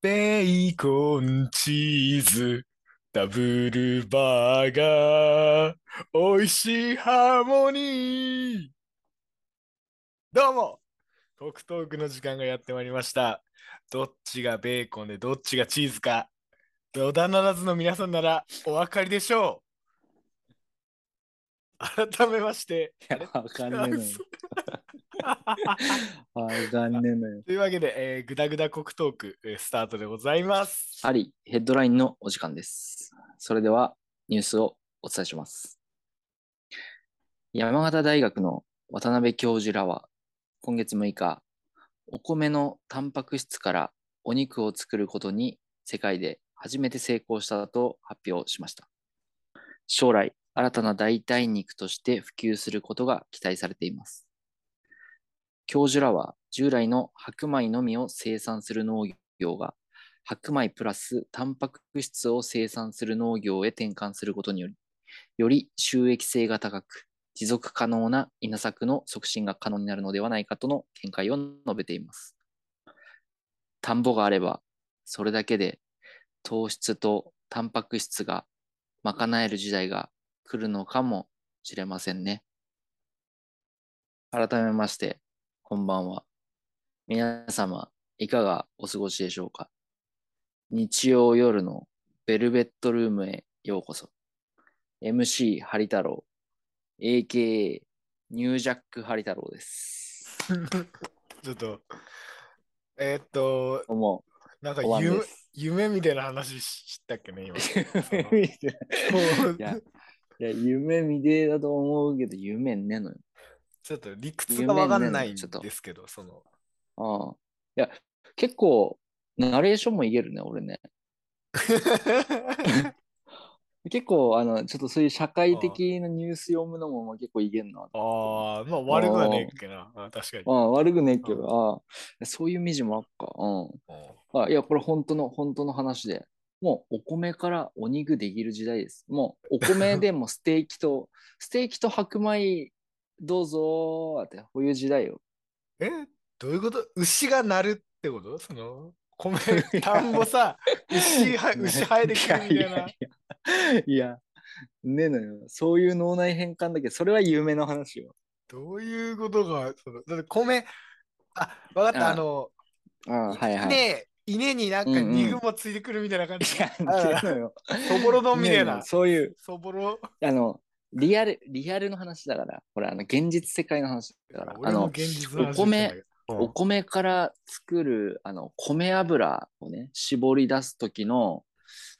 ベーコン、チーズ、ダブルバーガー、美味しいハーモニー。どうも、コクトークの時間がやってまいりました。どっちがベーコンでどっちがチーズか、野田ならずの皆さんならお分かりでしょう。改めまして、いや、わかんねえのよ。わかんねえのよ。 というわけで、えー、グダグダコクトーク、えースタートでございます。あり、ヘッドラインのお時間です。それでは、ニュースをお伝えします。山形大学の渡辺教授らは、今月6日、お米のタンパク質からお肉を作ることに世界で初めて成功したと発表しました。将来、新たな代替肉として普及することが期待されています。教授らは従来の白米のみを生産する農業が白米プラスタンパク質を生産する農業へ転換することにより、より収益性が高く、持続可能な稲作の促進が可能になるのではないかとの見解を述べています。田んぼがあれば、それだけで糖質とタンパク質が賄える時代が来るのかもしれませんね。改めまして、こんばんは。皆様、いかがお過ごしでしょうか日曜夜のベルベットルームへようこそ。MC ハリ太郎、AKA ニュージャックハリ太郎です。ちょっと、えーっと、どうも、なんかおわん夢で、す。夢みたいな話したっけね、今。夢見てそう いやいや、夢見てえだと思うけど、夢ねえのよ。ちょっと理屈がわかんないん夢ねちょっとですけど、その、ああ。いや、結構、ナレーションも言えるね、俺ね。結構、あの、ちょっとそういう社会的なニュース読むのもまあ結構言えんな。 ああ、まあ悪くはねえっけ な、あ確かにあ。あ、悪くねえけど、ああ、そういうジもあっか。うん。あ、いや、これ本当の、本当の話で。もうお米からお肉できる時代です。もうお米でもステーキと、 ステーキと白米どうぞーって、こういう時代よ。うんえどういうこと牛が鳴るってことその、 米、田んぼさ、牛は、牛生えてくるみたいな。いやいやいやいや、ねえのよ。そういう脳内変換だけど、それは夢の話よ。どういうことが、そのだって米、あ、わかった、ああの、ああはいはい。稲、稲になんかうんうん肉もついてくるみたいな感じ。いや、ねえのよ。そぼろ丼みたいねえのなよ。そういう、そぼろ。あの、リアル、リアルの話だから、これ、あの、現実世界の話だから、あ俺もの、現実の話お米してたけど、お米から作るあの米油をね絞り出す時の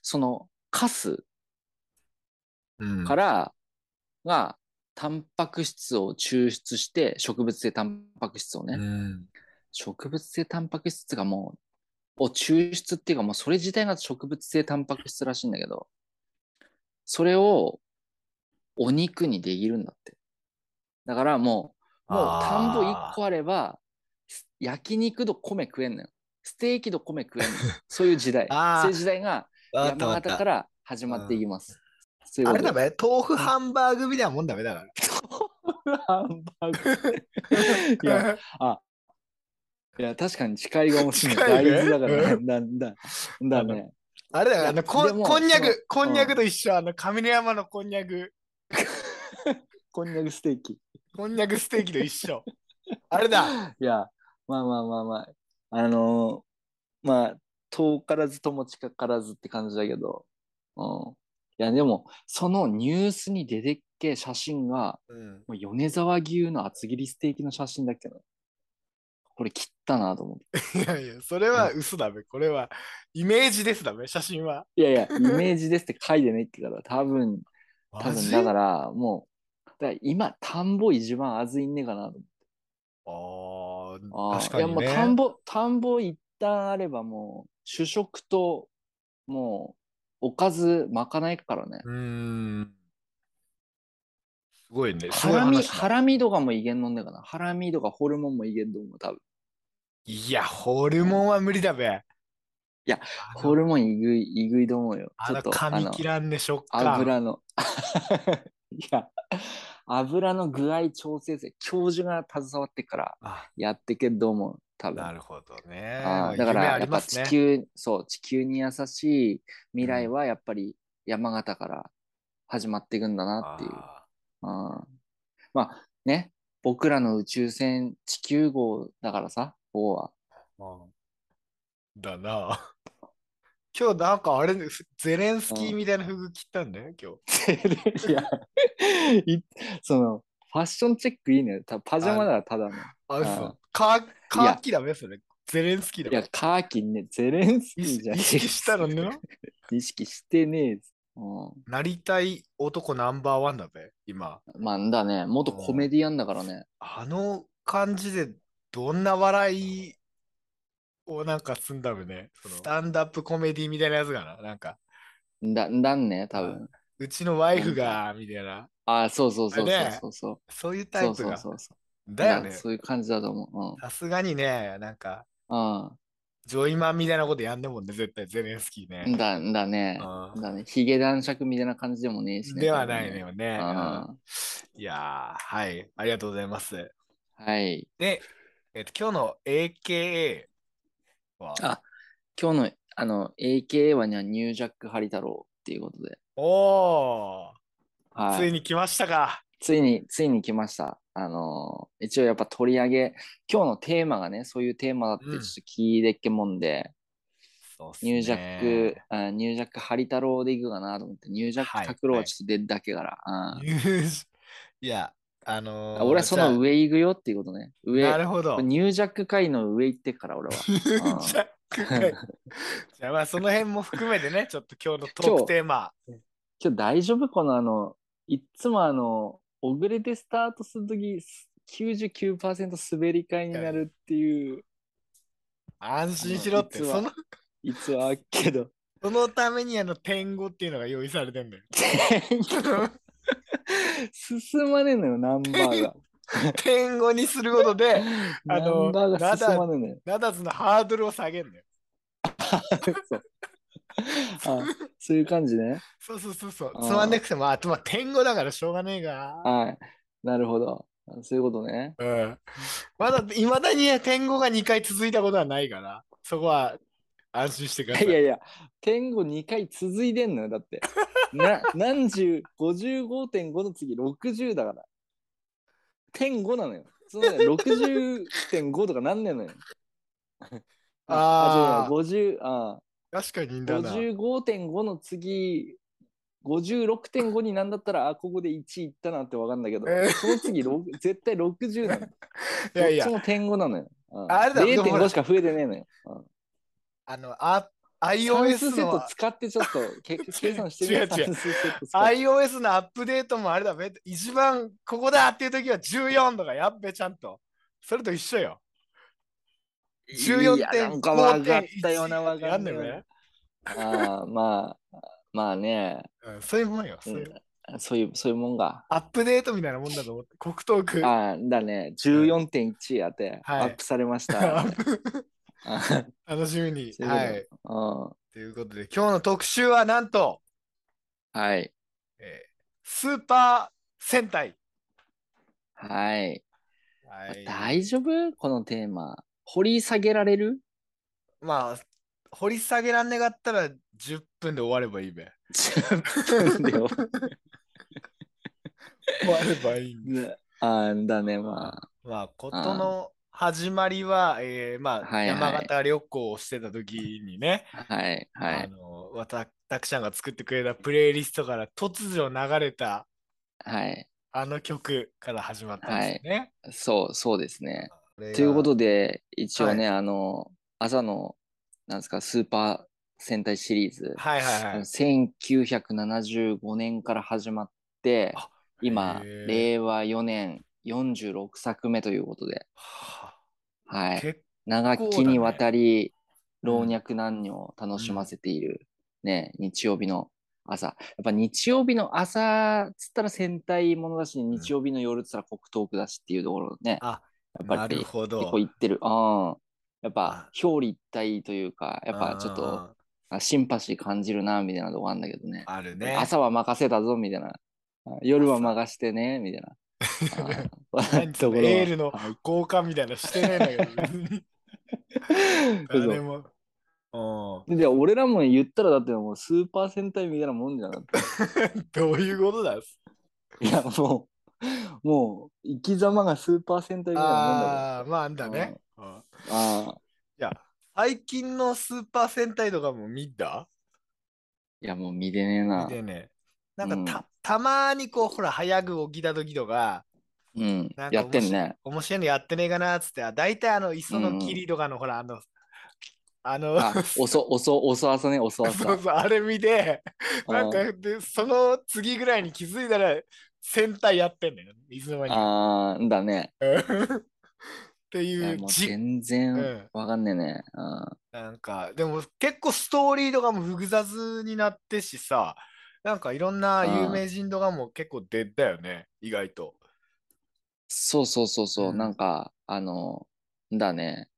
そのカスうんからがタンパク質を抽出して植物性タンパク質をね、うん植物性タンパク質がもうを抽出っていうかもうそれ自体が植物性タンパク質らしいんだけどそれをお肉にできるんだってだからもうもう田んぼ1個あればす焼肉と米食えんのよステーキと米 食えんのよそういう時代あーそういう時代がわかった山わかった形から始まっていきますそういうあこれとだでべ、豆腐ハンバーグみたいなもんだべだかハンバーグ いやら。いや、確かに誓いが面白い。近いね大豆だからね。だんだん。だね。あれだから、あいやのこでんもこんにゃそのく、こんにゃくと一緒、あの、上根山のこんにゃく、こんにゃくステーキ。こんにゃくステーキと一 緒。あれだ、いや、まあまあまあまあ。あのーまあ、遠からずとも近からずって感じだけど。うん。いや、でも、そのニュースに出てっけ写真が、うん、もう米沢牛の厚切りステーキの写真だっけな。これ切ったなと思って。いやいや、それは嘘だべ、これは、イメージですだべ、写真は。いやい や、イメージですって書いてないってから、多分、多マ分ジだから、もう、だから今、田んぼ一番あずいんねえかなと思って。ああーあ確かに、ね。いやもう田んぼ、田んぼ一旦あればもう主食ともうおかずまかないからね。うーん。すごいね。すハごいラミ、話だハラミとかもいけんのんだから、ハラミとかホルモンもいけんと思う、多分。いや、ホルモンは無理だべ。いやあの、ホルモンいぐい、いぐいと思うよ。あちょのっと、あ噛みの、切らんね、食感。油の。 いや、油の具合調整性、教授が携わってからあやってけども、多分。なるほどね。あまあーだか夢あら、やりっぱます地ね。球、そう、地球に優しい未来はやっぱり山形から始まっていくんだなっていう。ああーまあね、僕らの宇宙船地球号だからさ、号は。 ーうんだな。今日なんかあれです、ゼレンスキーみたいな服着たんだよ、今日。いや、いその、ファッションチェックいいね。たパジャマならただの。あ、そあーう。カー、カーキダメそれ。ゼレンスキーいだや、カーキンね、ゼレンスキ意ーじ識ゃ意ねえ識したらね。 意識してねえぞ。うんなりたい男ナンバーワンだぜ、今。まあ、んだね、元コメディアンだからね。あの感じでどんな笑いをなんかすんだべね。そのスタンダップコメディみたいなやつがな。なんか、んだ、んだんね、多分。うちのワイフが、みたいな。ああ、そうそうそうあそうれねそうそう。そういうタそうイプそうが。そうそう。だよなね。そういう感じだと思さすがにね、なんか、う。うジョイマンみたいなことやんでもんね、絶対ゼレンスキーん。うん。ね。だ、んだね。うんだね。ヒゲ男爵みたいな感じでもねえしね。ではないのね。よね。あうんいやー、はい、ありがとうございます。はい。で、えっと、今日の AKA は、あ、今日の、あの、AKA はにはニュージャック・ハリ太郎っていうことで。おー、はい。ついに来ましたか。ついに、ついに来ました。あのー一応やっぱ取り上げ、今日のテーマがね、そういうテーマだってちょうっんと聞いてっけもんで、そうっすねニュージャック、あニュージャックハリ太郎でいくかなと思って、ニュージャッはいク拓郎ははいちょっと出るだけから。うんニュージいや、あのー、俺はそのじ上行くよっていうことね。ゃあ上な。るほど。ニニュージャック界の上行ってっか ら俺は。ュージャック界。じゃあまあその辺も含めてね、ちょっと今日のトークテーマ。今日大丈夫このあの、いっつもあの、遅れてスタートするとき、99%滑り会になるっていう安心しろって、あのその、逸話あっけ ど。そのためにあの、点語っていうのが用意されてんだよ。進まねえのよ、ナンバーが。点語にすることで、ナあのンバーが進まねえのよ。ナダズのハードルを下げるんだよ。そうあそういう感じね。そうそうそうそうあ。ーつまんなくても、あとまあ、点語だからしょうがねえが。はい。なるほど。そういうことね。うん。まだ、いまだにね点語が2回続いたことはないから、そこは安心してください。いやいや、天狗2回続いてんのよ、だって。な、何十、55.5の次60だから。点5なのよ。そのね、60.5とかなんねえのよ。あーあ、違う、50、ああ。確かにだな。 55.5の次56.5になんだったらあここで1いったなって分かんだけど、えーその次ろく 絶対60なのいいやいやどっちも点5なのよ、うんあれだでもほら0.5しか増えてねえのよ、うんあの、あ、算数 iOS セットの、使ってちょっとけ 計算してみよ違う違う算数セット使って iOS のアップデートもあれだべ、一番ここだっていう時は14とか、やっべ、ちゃんと。それと一緒よ。いやなんか分かったような分14.5.1かやんんなねんいね。あーまあまあね、うんそういうもんよ。うそういんうそういうそういうもんがアップデートみたいなもんだと思って、黒糖 区。あーだね14.1やって、はいアップされま した楽あしみに。そういうことはい。うんということで、今日の特集はなんと、はい。えースーパー戦隊。はい。はい大丈夫このテーマ。掘り下げら れるまあ、掘り下げらんねがったら10分で終わればいいべ。 ?10 分で 終わ終わればいいんだ。る。あんだね、ままあ、ことの始まりは、えーまあ、はいはい山形旅行をしてた時にね、あ。はい、はあい、の、わた、たくちゃんが作ってくれたプレイリストから突如流れたはい。あの曲から始まったんですよね。そう、そうですね。これがということで、一応ね、あの、朝の、なんですか、スーパー戦隊シリーズ、はいはいはい。 1975年から始まってあ、今、へー令和4年46作目ということで、ははあい。結長そうきだねにわたうりん老若男女を楽しませている、ね日曜日の朝やっぱ日曜日の朝っつったら戦隊ものだし、日曜日の夜っつったら黒トークだしっていうところねあやっなぱるりほど。結構行ってるうんあやっぱ表裏一体というかやっぱちょっうんうんうとんあシンパシー感じるなみたいなとこあるんだけどねあるね。朝は任せたぞみたいなあ夜は任してねみたい なあ何そとこれろは エールのはい交換みたいなのしてないんだけど。誰も。うん。で、俺らも言ったらだってもうスーパー戦隊みたいなもんじゃなく て。どういうことだいや、もう、もう、生き様がスーパー戦隊みたいなもんあだあ、まあ、あんだね。うんけど。ああ。いや、最近のスーパー戦隊とかも見たいや、もう見れねえな。でね。なんかうんた、たまにこう、ほら、早く起きた時とか、うんなん。かやってんね。面白いのやってねえかなっつって、あ大体あの、磯うんうのん霧とかの、ほら、あの、あの、あ、おそ、おそ、おそあさね、おそあ そさう。そう、あれ見て、なんうか、で、その次ぐらいに気づいたら、戦隊やってんだよ。いつの間にか。ああ、んだね。っていいやうもうじ、全う然んわかんねえね。うんなんか、でも結構ストーリーとかも複雑になってしさ、なんかいろんな有名人とかも結構出たよね、意外と。そうそうそうそうう、んなんか、あの、んだね。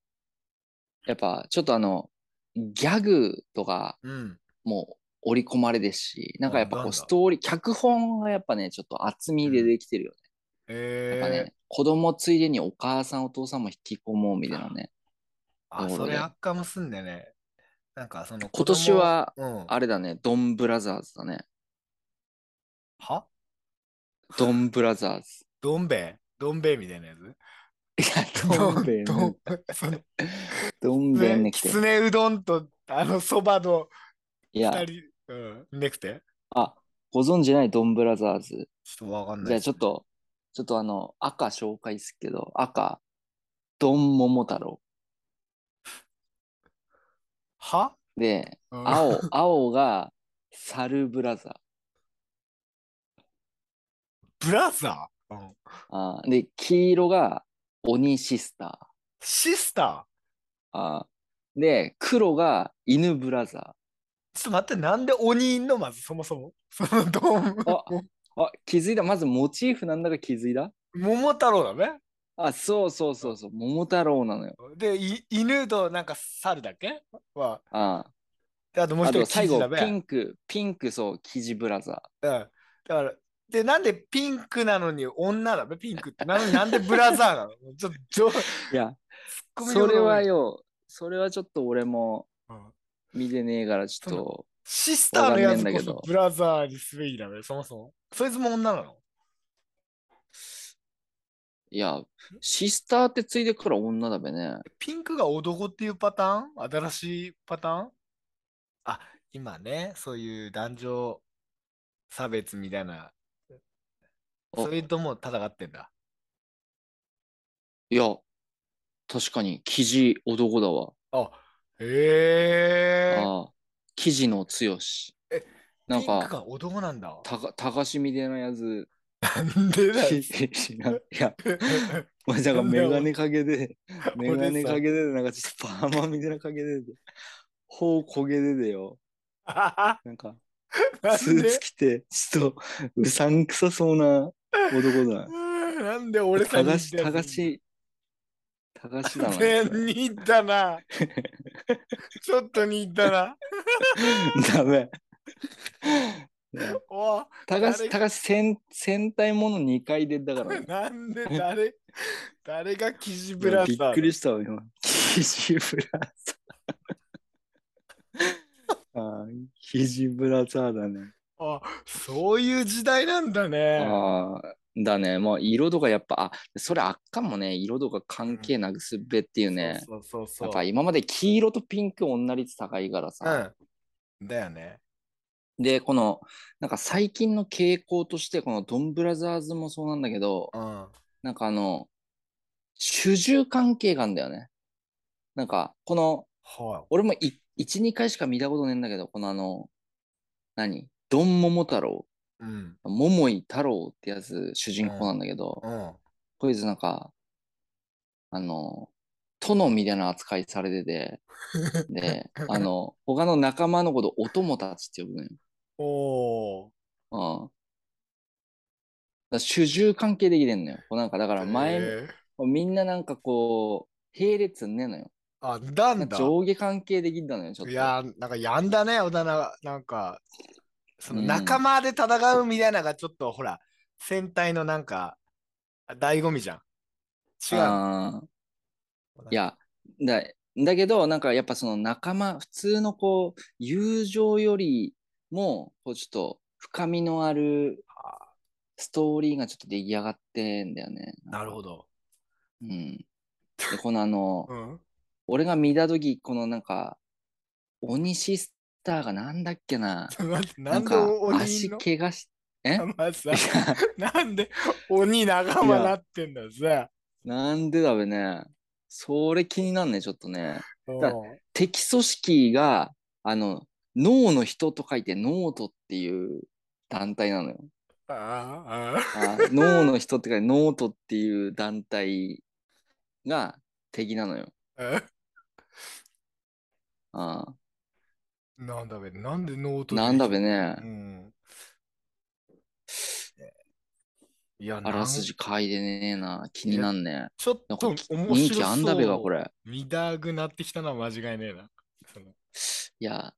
やっぱ、ちょっとあの、ギャグとかうん。も織り込まれですし、なんかやっぱあなこんうだストーリー、脚本がやっぱね、ちょっと厚みでできてるよね。やっぱえーね、子供ついでにお母さんお父さんも引き込もうみたいなね。あ、とこそろでれ悪化もすんだよね。なんかその今年は、子供、うん。あれだね、ドンブラザーズだね。はドンブラザーズ。どん兵衛どん兵衛みたいなやつ いや、どん兵衛どん ね。そのどん兵衛ねね、来きて。つねうどんとあのそばのい二や、人、うん、ねくてあ、ご存じないドンブラザーズ。ちょっとわかんないじゃあっすちょっと、ちょっとあの、赤紹介するけど、赤、ドン桃太郎。は、で、うん青、青がサルブラザブラザー、うん、ー。あーで、黄色が鬼シスタシスター。あーで、黒が犬ブラザーちょっと待ってなんで鬼いんのまずそもそも そのドンー。 あ、あ、気づいた。まずモチーフなんだか気づいた桃太郎だねあ、そうそうそうそう、桃太郎なのよ。でい犬となんか猿だっけはあであともーうあ一と人最キジ後だ、べピンク、ピンク、そう、キジブラザー。うん、だからでなんでピンクなのに女だべピンクってなのになんでブラザーなのちょっとちょツッいや、コミどそこれろがはよ、それはちょっと俺もうん見てねえから、ちょっと。シスターのやつわかんねえんこだけそどブラザーにすべきだべ、そもそも。そいつも女なのいや、シスターってついでから女だべね。ピンクが男っていうパターン新しいパターンあ、今ね、そういう男女差別みたいな、おそれとも戦ってんだ。いや、確かに、キジ男だわ。あ、へえ。ああ、キジの強し。えなんピンクか、が男なんだ。たか、たかしみたいなやつ。なん でだよ。知らんいや、まあ、なんかメガネか けで、メガネかけで、なんかちょっとパーマみたいなかけで、頬焦げででよ。なんか、なんスーでツ着て、ちょっと、うさんくさそうな男だ。うんなんで俺さたんにが似し、たやたがつし、たがしだな。ね似たな。 ちょっと似たな。ダメ。 おたが誰し、たがし、戦、戦隊もの2回出たからね。なんで誰誰がキジブいやラザびーっだくりした わ、今。 キジブラザー。あーキジブラザーだね。あそういう時代なんだね。ああ、だね。もう色とかやっぱ、あ、それあっかもね。色とか関係なくすっべっていうね。そうそうそやうそっぱう。今まで黄色とピンク女率高いからさ。うん。だよね。で、この、なんか最近の傾向として、このドンブラザーズもそうなんだけど、うん。なんかあの、主従関係があんだよね。なんか、この、は俺もい1、2回しか見たことねえんだけど、このあの、何ドン桃太郎、い。うん。桃井太郎ってやつ、主人公なんだけど、うん。こいつなんか、あの、殿みたいな扱いされてて、 で、あの、他の仲間のことお友達って呼ぶのよ。おおうん。だから主従関係できてんのよ。こうなんか、だかー。ら前に、えーみんななんかこう、並列ねえのよ。あ、なんだ。上下関係できたのよ、ちょっと。いやー、なんかやんだね、大人は。なんか、そのうん仲間で戦うみたいなのがちょっと、ほら、戦隊のなんか、醍醐味じゃん。違うの。あーいや、だだけど、なんかやっぱその仲間、普通のこう、友情よりも、こうちょっと深みのあるストーリーがちょっと出来上がってんだよね。なるほど。うん。で、このあの、うん。俺が見た時このなんか、鬼シスターがなんだっけな。なんでななんんでか鬼足 の怪我し、え仲間さ、なんで鬼仲間なってんださ。 なんでだべね。それ気になんね、ちょっとね。だうん敵組織が、あの、脳の人と書いてノートっていう団体なのよ。ああ、あ あ脳の人って書いてノートっていう団体が敵なのよ。あ、あ なんだべ、なんでノートでなんだべねう。ん。いや、あならんすちじ書いてねえな。気になんねょっえ。なんかと面人白気あんだべが、そうこれ。見たくなってきたのは間違いねえな。そのいや、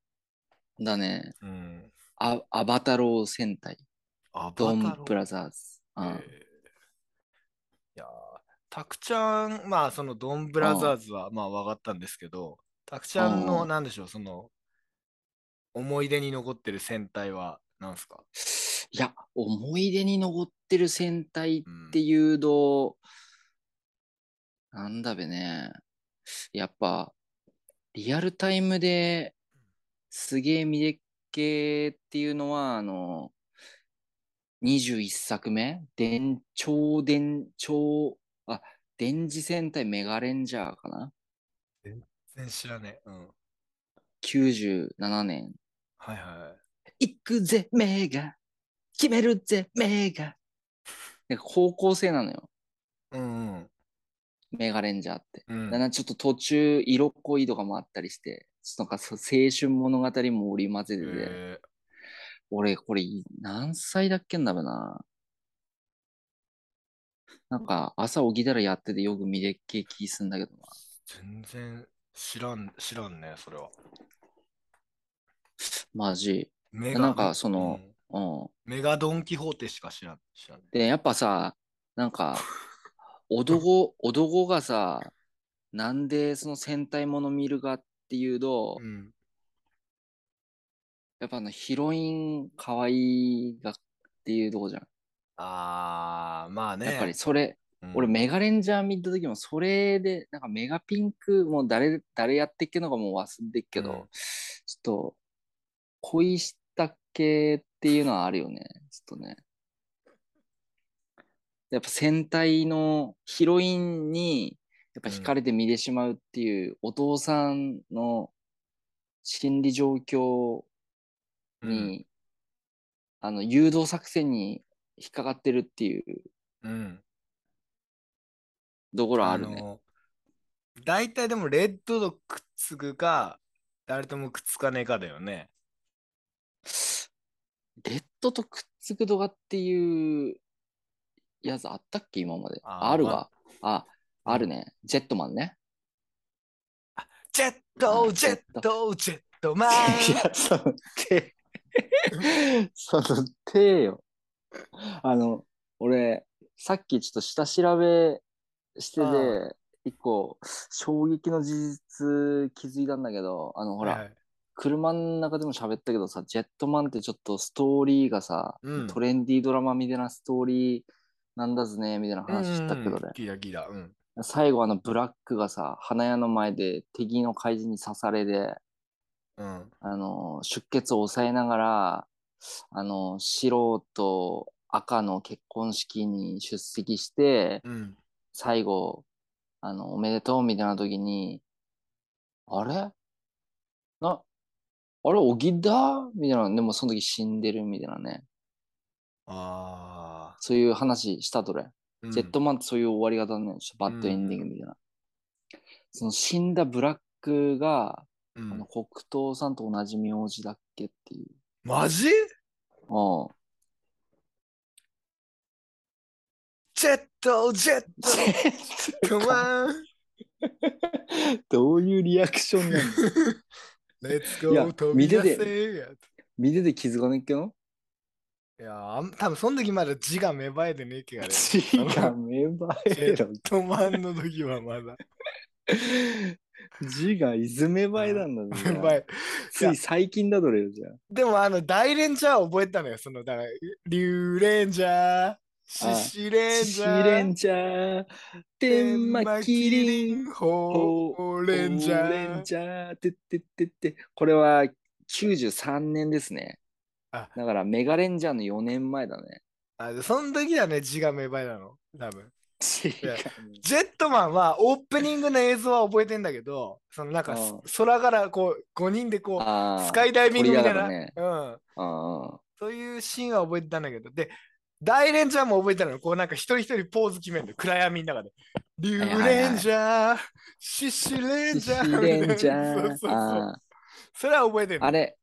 だね。うん。あアバタロー戦隊、アバドタンロブラザーズ。うんえーいやー、タクちゃん、まあそのドンブラザーズはまあ分かったんですけど、タクちゃんうのんなんでしょう、その思い出に残ってる戦隊は何すかいや、思い出に残ってる戦隊っうんていうと、なんだべね。やっぱ、リアルタイムですげえ見れっけっていうのは、あの、21作目電、超電、超、あ、電磁戦隊メガレンジャーかな全然知らねえ。うん。 ?97 年はいはい。行くぜ、メガ。決めるぜ、メガ。なんか高校生なのよ、うんうん。メガレンジャーって。うんだからちょっと途中、色恋とかもあったりして、ちょっとなんかそう青春物語も織り交ぜてて、えー俺、これ、何歳だっけんだろうな。なんか、朝起きたらやっててよく見れっけ気すんだけどな。全然知らん、知らんね、それは。マジ。メなんかそのうんうん。メガドン・キホーテしか知らん。知らんねで、やっぱさ、なん か、男、男がさ、なんでその戦隊もの見るかっていうと、うん。やっぱあのヒロイン可愛いがっていうとこじゃん。あー、まあね。やっぱりそれ、うん俺メガレンジャー見た時もそれで、なんかメガピンク、もう誰、誰やってっけのかもう忘れてっけど、うんちょっと、恋したっけっていうのはあるよね。ちょっとね。やっぱ戦隊のヒロインに、やっぱ惹かれて見てしまうっていう、お父さんの心理状況うん。に、あの、誘導作戦に引っかかってるっていううん。ところはあるね。の大体でもレッドとくっつくか、誰ともくっつかねえかだよね。レッドとくっつく動画っていうやつあったっけ今まで。あーあるわ。あ、あるね。ジェットマンね。ジェッうト、んジェット、ジェットマン。 いや、その手。 その手よ。あの、俺、さっきちょっと下調べしてあて、一個衝撃の事実気づいたんだけど、あの、ほら、はいはい車の中でも喋ったけどさ、ジェットマンってちょっとストーリーがさ、うんトレンディードラマみたいなストーリーなんだぜね、みたいな話したけどね。うん聞いた聞いた。うん。最後あのブラックがさ、花屋の前で敵の怪人に刺されで、うん。あの、出血を抑えながら、あの、白と赤の結婚式に出席して、うん。最後、あの、おめでとうみたいな時に、あれな、あれ、おぎだみたいな、でもその時死んでるみたいなね、あそういう話したとれ。ー。ジェットママンってそういう終わり方ね、ちょっとバッドエンディングみたいな。その死んだブラックが、ン。あうのん黒糖さんと同じ名字だっけっていう。マジ うん。ジェット、ジェットマン。 どういうリアクションなのレッツいゴやー、飛び出見てせやつ。見てて気づかないっけのいやー、あん多分その時まだ字が芽生えてねえけがね。血が芽生ジェえろットマンの時はまだ。字がいずめばいなんだね。うまい。つい最近だどれよ、じゃあ。でもあの、大レンジャー覚えたのよ。その、だから、竜レンジャー、獅子レンジシャー、レンジャー、天天馬馬キキリリンン、、ホーレンジオャレンー。ジャー、てってってって。これは93年ですね。あだからメガレンジャーの4年前だね。あその時はね、字が芽生えなの。多分。違う。ジェットマンはオープニングの映像は覚えてんだけど、そのなんかうん空からこう5人でこうあスカイダイビングみたいな、鳥だうん、あ。うんそういうシーンは覚えてたんだけど、で、大レンジャーも覚えてたのよこうなんか一人一人ポーズ決めるの、暗闇の中で。竜はいはいレンジャー、シシレンジャー、シレンジャそうそうそうー。あそれは覚えてるーあれ、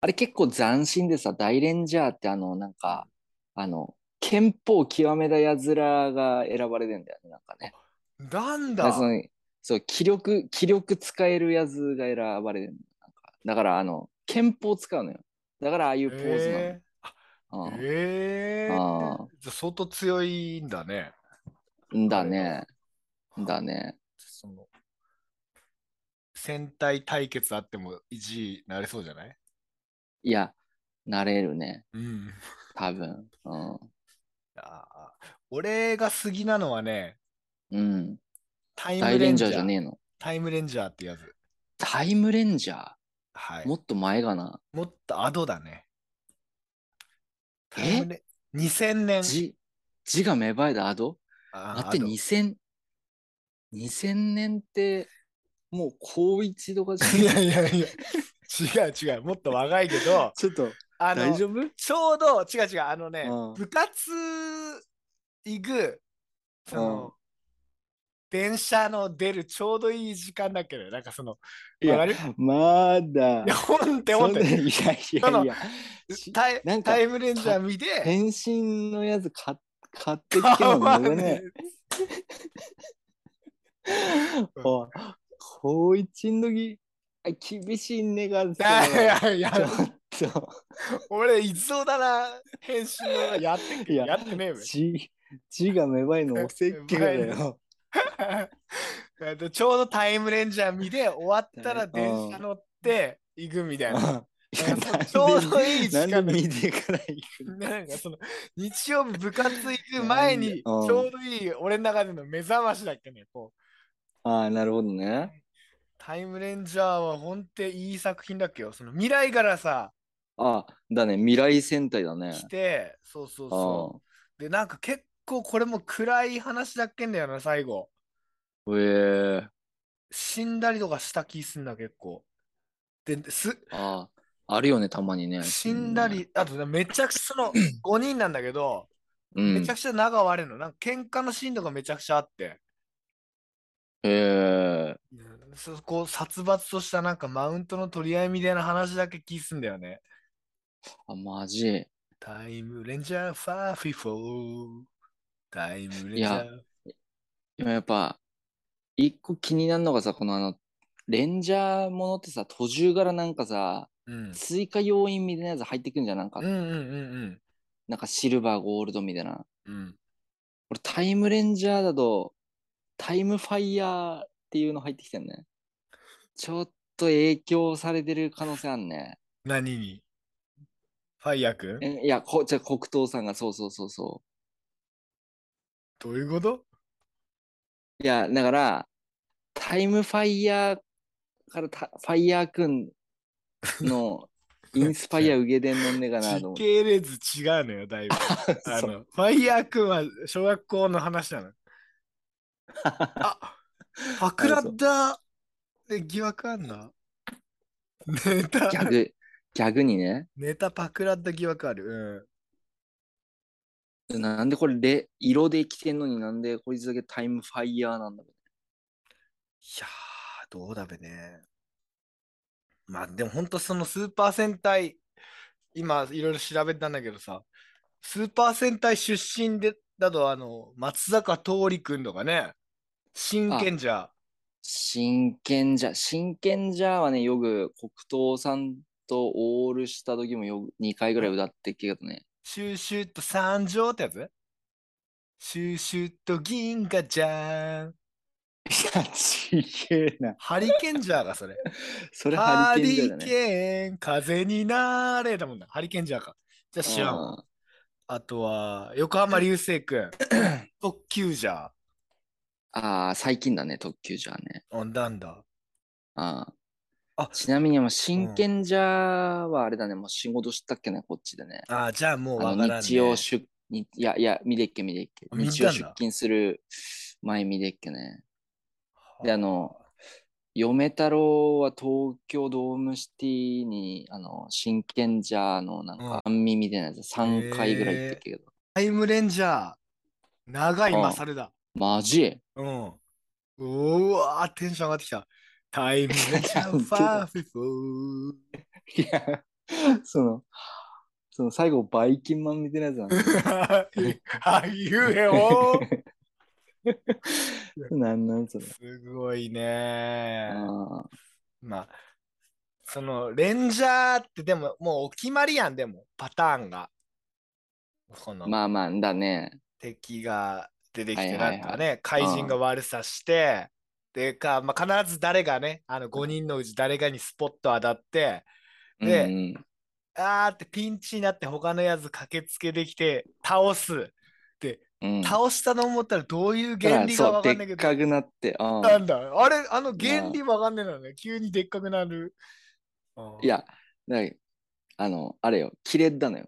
あれ結構斬新でさ、大レンジャーってあの、なんか、あの、憲法極めたやつらが選ばれてんだよね、なんかね。なんだからだそのそう、気力、気力使えるやつが選ばれてんだなんかだから、あの、憲法使うのよ。だから、ああいうポーズなえのうー、ん。えーあー、じゃあ相当強いんだね。だね。だね。その、戦隊対決あっても1位なれそうじゃないいや、なれるね。うん。多分。うん。あー俺が好きなのはね、うん。タイム大レレンンジジャャーーじゃねえの。タイムレンジャーってやつ。タイムレンジャはい。ーももっと前かな。っとアドだね。えタイムレ2000年。字、字が芽生えたアドあー待って、アド2000、2000年って、もう高一とかじゃいん。やいやいや、違う違う、もっと若いけど、ちょっと、あ大の、丈夫ちょうど、違う違う、あのね、うん部活行く、その、うん電車の出るちょうどいい時間だっけど、なんかその、いや わかるまいだや、。本ってそ本っんなて、いやいやいや。しタイなんかタイムレンジャー見て、変身のやつ買っ買ってきても買わ無ね駄ね。おい高一の時、あ厳しいね がいさ。やいやいやち、ょっと。俺、いそうだな、編集のやっていややってねえべ。字字が芽生えのおせっけがだよ。え っとちょうどタイムレンジャー見で終わったらうん電車乗って行くみたいな。いやなんで ちょうどいい時間だなんで見てから行く のなんかその日曜日部活行く前にちうんょうどいい俺の中での目覚ましだっけね。こうああ、なるほどね。タイムレンジャーはほんっていい作品だっけよ。その未来からさ、あだね、未来戦隊だね。来て、そうそうあそう。で、なんか結構これも暗い話だっけんだよな、最後。あへえ。死んだりとかした気すんだ、結構。で、す、ああ、あるよね、たまにね。死んだり、あとね、めちゃくちゃそ の5人なんだけど、うん、めちゃくちゃ仲悪いの。なんか喧嘩のシーンとかめちゃくちゃあって、へえ。そこう殺伐としたなんかマウントの取り合いみたいな話だけ聞いすんだよね。あ、マジ。タイムレンジャー554。タイムレンジャー。でもやっぱ、一個気になるのがさ、このあの、レンジャーものってさ、途中からなんかさ、うん。追加要因みたいなやつ入ってくんじゃん。なんかうんう、んうんなんかシルバー、ゴールドみたいな。うん。うん。俺、タイムレンジャーだと、タイムファイヤーっていうの入ってきてんね。ちょっと影響されてる可能性あんね。何にファイヤー君えいや、こじゃあ黒糖さんが、そうそうそうそどういうことう。いや、だから、タイムファイヤーからたファイヤーくんのインスパイア受けてんのんねかなと時思って。系列違うのよ、だいぶ。あ そうの、ファイヤー君は小学校の話なの。あ、パクラだ。で、疑惑あんな。 ネタ ギ、ャグ、ギャグにね。ネタパクラだ疑惑ある。なんでこれレ、色で生きてんのになんでこいつだけタイムファイヤーなんだうん。いろやー、どうだべね。まあ、でも本当そのスーパー戦隊、今いろいろ調べたんだけどさ、スーパー戦隊出身で、だとあの、松坂桃李君とかね、真剣じゃ。真剣じゃ、真剣じゃはね、よく黒糖さんとオールした時もよく2回ぐらい歌ってきたね。シューシューと三条ってやつシューシューと銀河ちゃん。いや、ちげえな。ハリケンジャーが それ。それハハリケーンじゃリない。ケーン、風になれだもんな。ハリケーンジャーか。じゃあ知らんわ。ああとは、横浜流星君、特急ジャー。ーあー、最近だね、特急じゃね。あなんだ。あーあちなみに、もう真剣じゃはあれだね、もう仕事したっけね、こっちでね。あじゃあもうわあからん、のね。日曜出にいやいや、見でっけ見でっけ。あ見たんだ日曜出勤する前見でっけね。で、あの、嫁太郎は東京ドームシティに、あの、真剣ジャーのなんか、半耳でなやつ3回ぐらい行ったけど。タイムレンジャー、長いうんマサルだ。マジ うん。うわー、テンション上がってきた。タイムレンジャー、ファーフィフォー。いや、その、その最後、バイキンマンみたいなやつなんだけはい、言えよ ど。 なんなんそれ。すごいねー。あーまあ、その、レンジャーってでも、もうお決まりやん、でも、パターンが。この、まあまあ、だね。敵が出てきて、はないはいはいんかね、怪人が悪さして、でか、まあ、必ず誰がね、あの5人のうち誰かにスポット当たって、でうんうん、あーってピンチになって他のやつ駆けつけてきて、倒す。うん、倒したの思ったらどういう原理がわかんないそうでけっど、かくなって、うんなんだ、あれ、あの原理わかんないのね、急にでっかくなる。うんいや、だいあの、あれよ、キレッだのよ。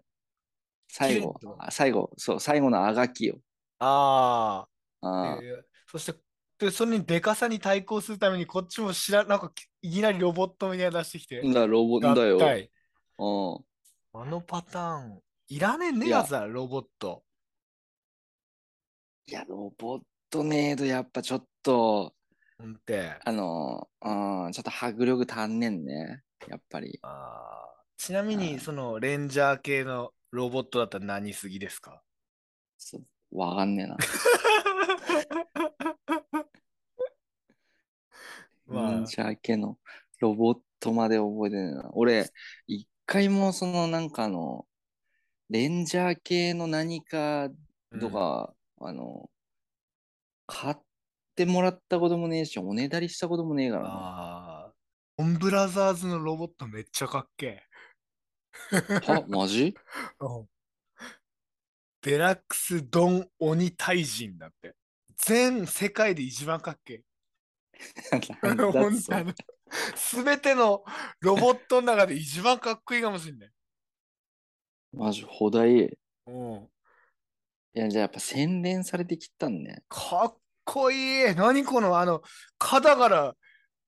最後キレッ、あ最後、そう、最後のあがきよ。ああ、あーえーそして、で、それにでかさに対抗するために、こっちも知ら、なんか、いきなりロボットみたいなの出してきて、んだ、ロボん合だよ。体うん。あのパターン、いらねえねいややつだ、ロボット。いや、ロボットねえと、やっぱちょっと、ほんて。あの、うん、ちょっと迫力足んねんね。やっぱり。あーちなみはに、いその、レンジャー系のロボットだったら何すぎです かそうわかんねえな。 まあ忍者系のロボットまで覚えてねえな。俺、一回もそのなんかあの、レンジャー系の何かとか、あの、買ってもらったこともねえし、おねだりしたこともねえかうん、らな。あーオンブラザーズのロボットめっちゃかっけは、マジえ。デラックスドン鬼退陣だって。全世界で一番かっけえ。 な んだほんそれとすべてのロボットの中で一番かっこいいかもしんない。マジ、ほだいい。いうん。や、じゃあやっぱ洗練されてきったんね。かっこいい何このあの肩から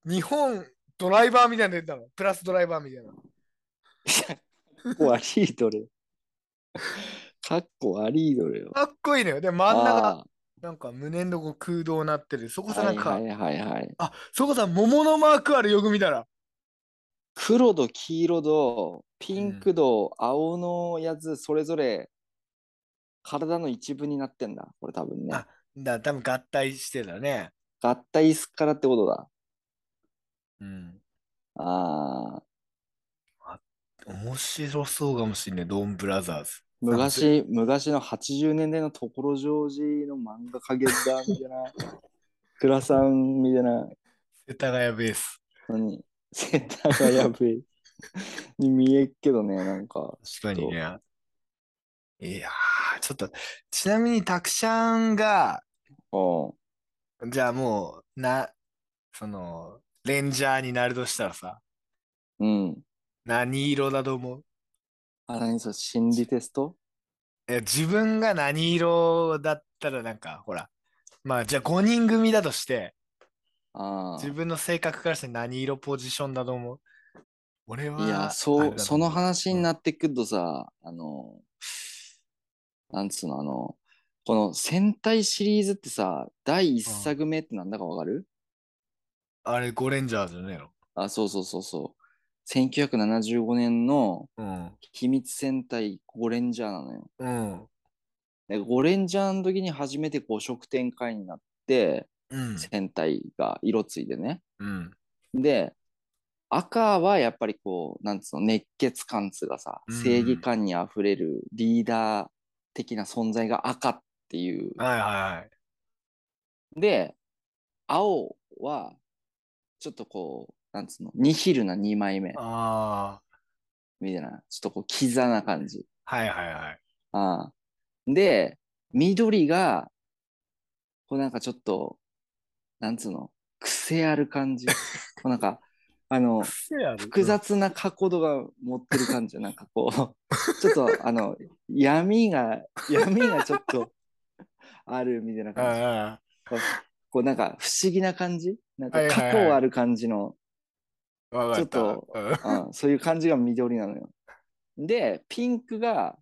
日本ドライバーみたいなの出てたのプラスドライバーみたいな。悪いどれ。かっこ悪いどれよ。かっこいいのよ。で真ん中あなんか胸のとこ空洞なってる。そこーさなんか、はいはいはいはい。あそこさ桃のマークあるよく見たら。黒と黄色とピンクと青のやつそれぞれ体の一部になってんだこれ多分ねあだ多分合体してたね。合体すっからってことだうん。あー面白そうかもしんない。ドンブラザーズ。昔昔の80年代のところジョージの漫画影だみたいな 倉さんみたいな世田谷ベース。何センターがやべえに見えっけどねなんか確かにね。いやー、ちょっと、ちなみにタクシャンが、おじゃあもう、な、その、レンジャーになるとしたらさ、うん何色だと思うあ何それ心理テストえ自分が何色だったらなんか、ほら、まあじゃあ5人組だとして、ああ自分の性格からして何色ポジションだと思う俺はいや、あれそだう、とそ思の話にうんなってくるとさ、あの、なんつうの、あの、この戦隊シリーズってさ、第一作目ってなんだかわかる、あれ、ゴレンジャーじゃねえのあ、そうそうそうそう。1975年のうん。秘密戦隊ゴレンジャーなのよ。うん。でゴレンジャーの時に初めて5色展開になって、うん。戦隊が色ついてね。うん。で、赤はやっぱりこう、なんつうの、熱血感っつうかさ、うん正義感にあふれるリーダー的な存在が赤っていう。はいはいはい。で、青は、ちょっとこう、なんつうの、ニヒルな2枚目あみたいな、ちょっとこう、キザな感じ。あ、はいはいはい。ああで、緑が、こうなんかちょっと、なんつうの、癖ある感じ。こうなんか、あの、複複。雑な過去度が持ってる感じなんかこうちょっとあの闇が闇がちょっとあるみたいなうんうん感じこうなんか不思議な感じなんかはいはいはい過去ある感じの、わかった。ちょっとうんうんそういう感じが緑なのよでピンクが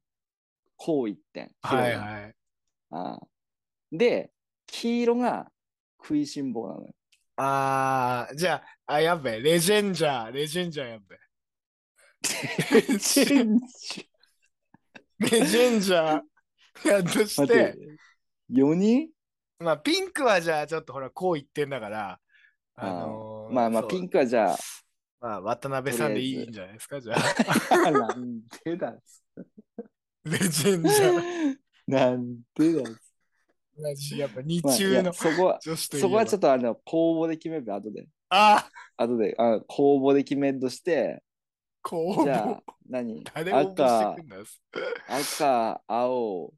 こう一点はいいはい。で黄色が食いしん坊なのよああ、じゃあ、あ、やっべ、レジェンジャー、レジェンジャーやっべ。 レジェンジャーやっとし待ってて、 4人まあ、ピンクはじゃあ、ちょっとほら、こう言ってんだから、あのーまあまあそうピンクはじゃあまあ、渡辺さんでいいとりあえずんじゃないですか、じゃあ。 なんでだっつレジェンジャー。なんでだっつ同じ、やっぱ日 まあい中やのそこは、女子といえばそこはちょっとあの、公募で決めるから後で。ああ、後で、あ公募で決めるとして、こう、じゃあ、何誰も応募し赤てく、んだよ。赤、青、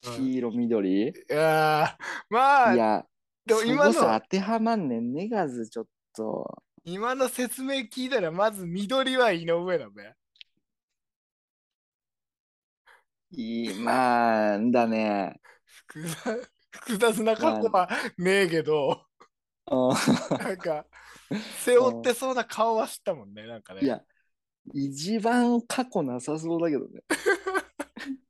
黄色、緑。いいやーまあ、や、でもそ今このさ、当てはまんねんねがず、ちょっと。今の説明聞いたら、まず緑は井上だべ。いい、まあ、んだね。複雑複雑な過去はねえけど、うんなんか、背負ってそうな顔はしたもんね、なんかね。いや、一番過去なさそうだけどね。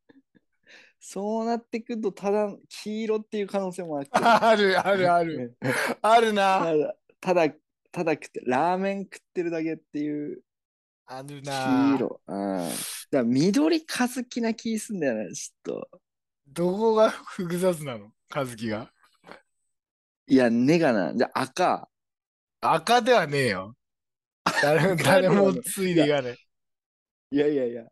そうなってくると、ただ、黄色っていう可能性もあるけ ど。あるあるある。あるな。ただ、ただ、ただ食って、ラーメン食ってるだけっていうある黄な。色。うん。だから緑かずきな気すんだよね、ちょっと。どこが複雑なの和樹が。いや、根がな。じゃあ赤。赤ではねえよ。誰も、誰もついでいかねいやいやいや。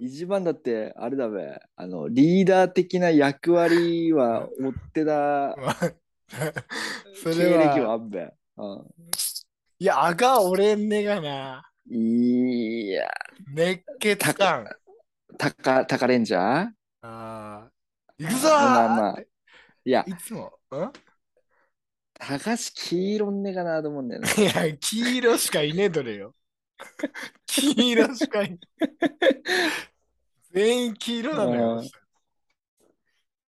一番だって、あれだべ、あの、リーダー的な役割は追っえ。てたまあそ経れ歴はは、あんべ。うんいや、赤は俺んねがな。いや、熱血感。たか、たかレンジャーああ。行くぞーまあまあいや、いつも、んたかし黄色ねかなと思うんだよね。いや、黄色しかいねえどれ よ。黄色しかいねえ。全員黄色なのうよん。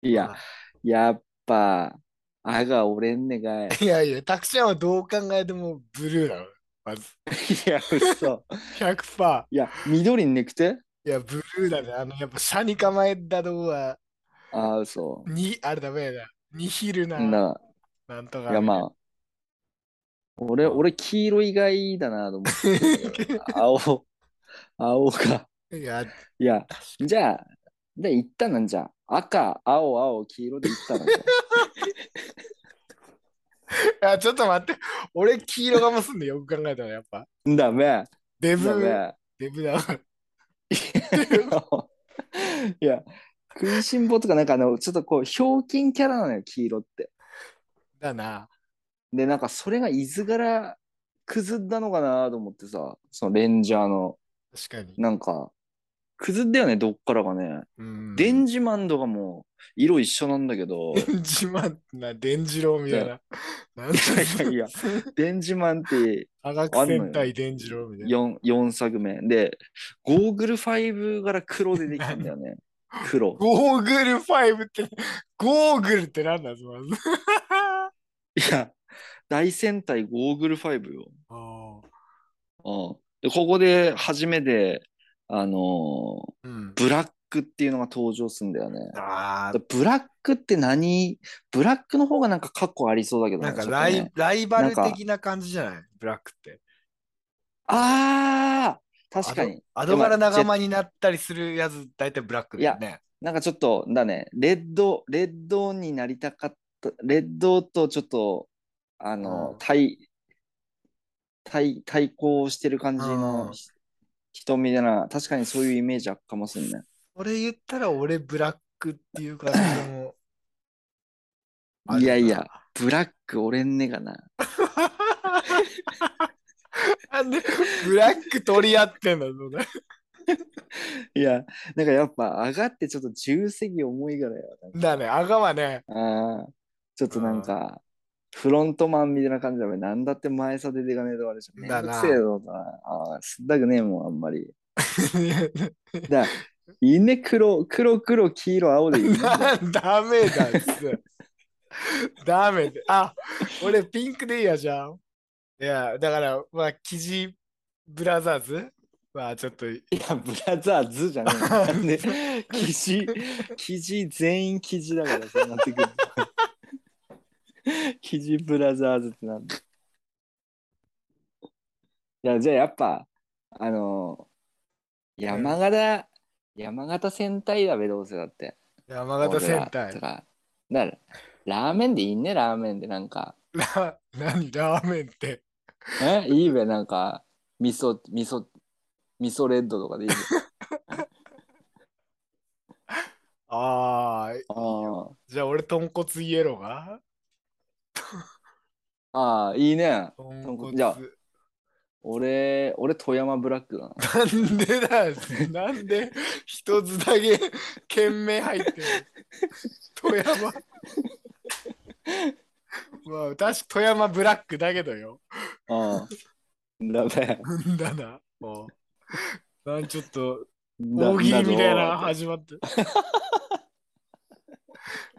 い や、やっぱ、あが俺んね かい。いやいや、たくちゃんはどう考えてもブルーなの。まず、いや、嘘。 100%。 いや、緑にねくていや、ブルーだね。あの、やっぱ、車に構えたとこは、ああ、嘘。に、あれだめだ。ニヒルな、な、なんといか。や、まあ。俺、俺、黄色以外だなと思 って。青、青か。 いや、いや、じゃあ、で、いったなんじゃん。赤、青、青、黄色でいったなんじゃん。 あちょっと待って。俺、黄色がもすんで、よく考えたら、やっぱ。ダメ、デダブ、メ。デブだから。 いや、食いしん坊とかなんかあの、ちょっとこう、ひょうきんキャラなのよ、黄色って。だな。で、なんかそれがいず柄くずったのかなと思ってさ、そのレンジャーの、確かに。なんか、くずったよね、どっからかね。うん。デンジマンドがもう、色一緒なんだ けど、電磁マンな、電磁郎みたいな。なんだいやいやいや、デンジマンって科学戦隊電磁郎みたいな。 4, 4作目。で、ゴーグル5から黒でできたんだよね。黒。ゴーグル5って、ゴーグルってなんだぞ、まず。いや、大戦隊ゴーグル5よ。あーうんで、ここで初めて、あのーうん。ブラックっていうのが登場するんだよね。あだブラックって何ブラックの方がなんか過去ありそうだけーどなね。んかちょっとライ,、ねライバルなんか的な感じじゃないブラックって。ああ確かに。アドガラ仲間になったりするやつ、大体ブラックだよね。なんかちょっと、だね、レッド、レッドになりたかった、レッドとちょっと、あのう、ん対、対、対抗してる感じのうんひ人みたいな、確かにそういうイメージあっかもしんね。俺言ったら俺ブラックっていう感じも。いやいや、ブラック俺んねがな。なんでブラック取り合ってんだろ うね。いや、なんかやっぱ上がってちょっと重責重いからよ。だね、あがは ね、ああ、ちょっとなんか、フロントマンみたいな感じだもん。なんだって前さ出ていかねえとかでしょ。めんだなどくせえぞとな。ああ、すったくねえもん、あん まり。だから、稲黒、黒黒、黄色、青でいいんだよ。なダメだっす。ダメだ。あ、俺ピンクでいいやじゃん。いや、だから、まあ、キジブラザーズまあ、ちょっと、いや、ブラザーズじゃねえよ。なんで、記事、記事全員記事だから、そうなってくる。 記事ブラザーズってなんだ。いや、じゃあやっぱ、あの山形、山形戦隊だべ、どうせだって。山形俺ら戦隊と。か。だから、ラーメンでいいね、ラーメンでなんか。な、何ラーメンって。えいいべ、なんか、味噌、味噌、味噌レッドとかでいいべ。ああ、ああ。じゃあ俺、豚骨イエローがああ、いいね。豚骨骨。じゃあ俺、俺、富山ブラックだなな。んでだよなんで一つだけ県名入ってる富山まあ私富山ブラックだけどよ ああ。だべ。んだなもうなんちょっとだ大喜利みたいなだぞ始まってる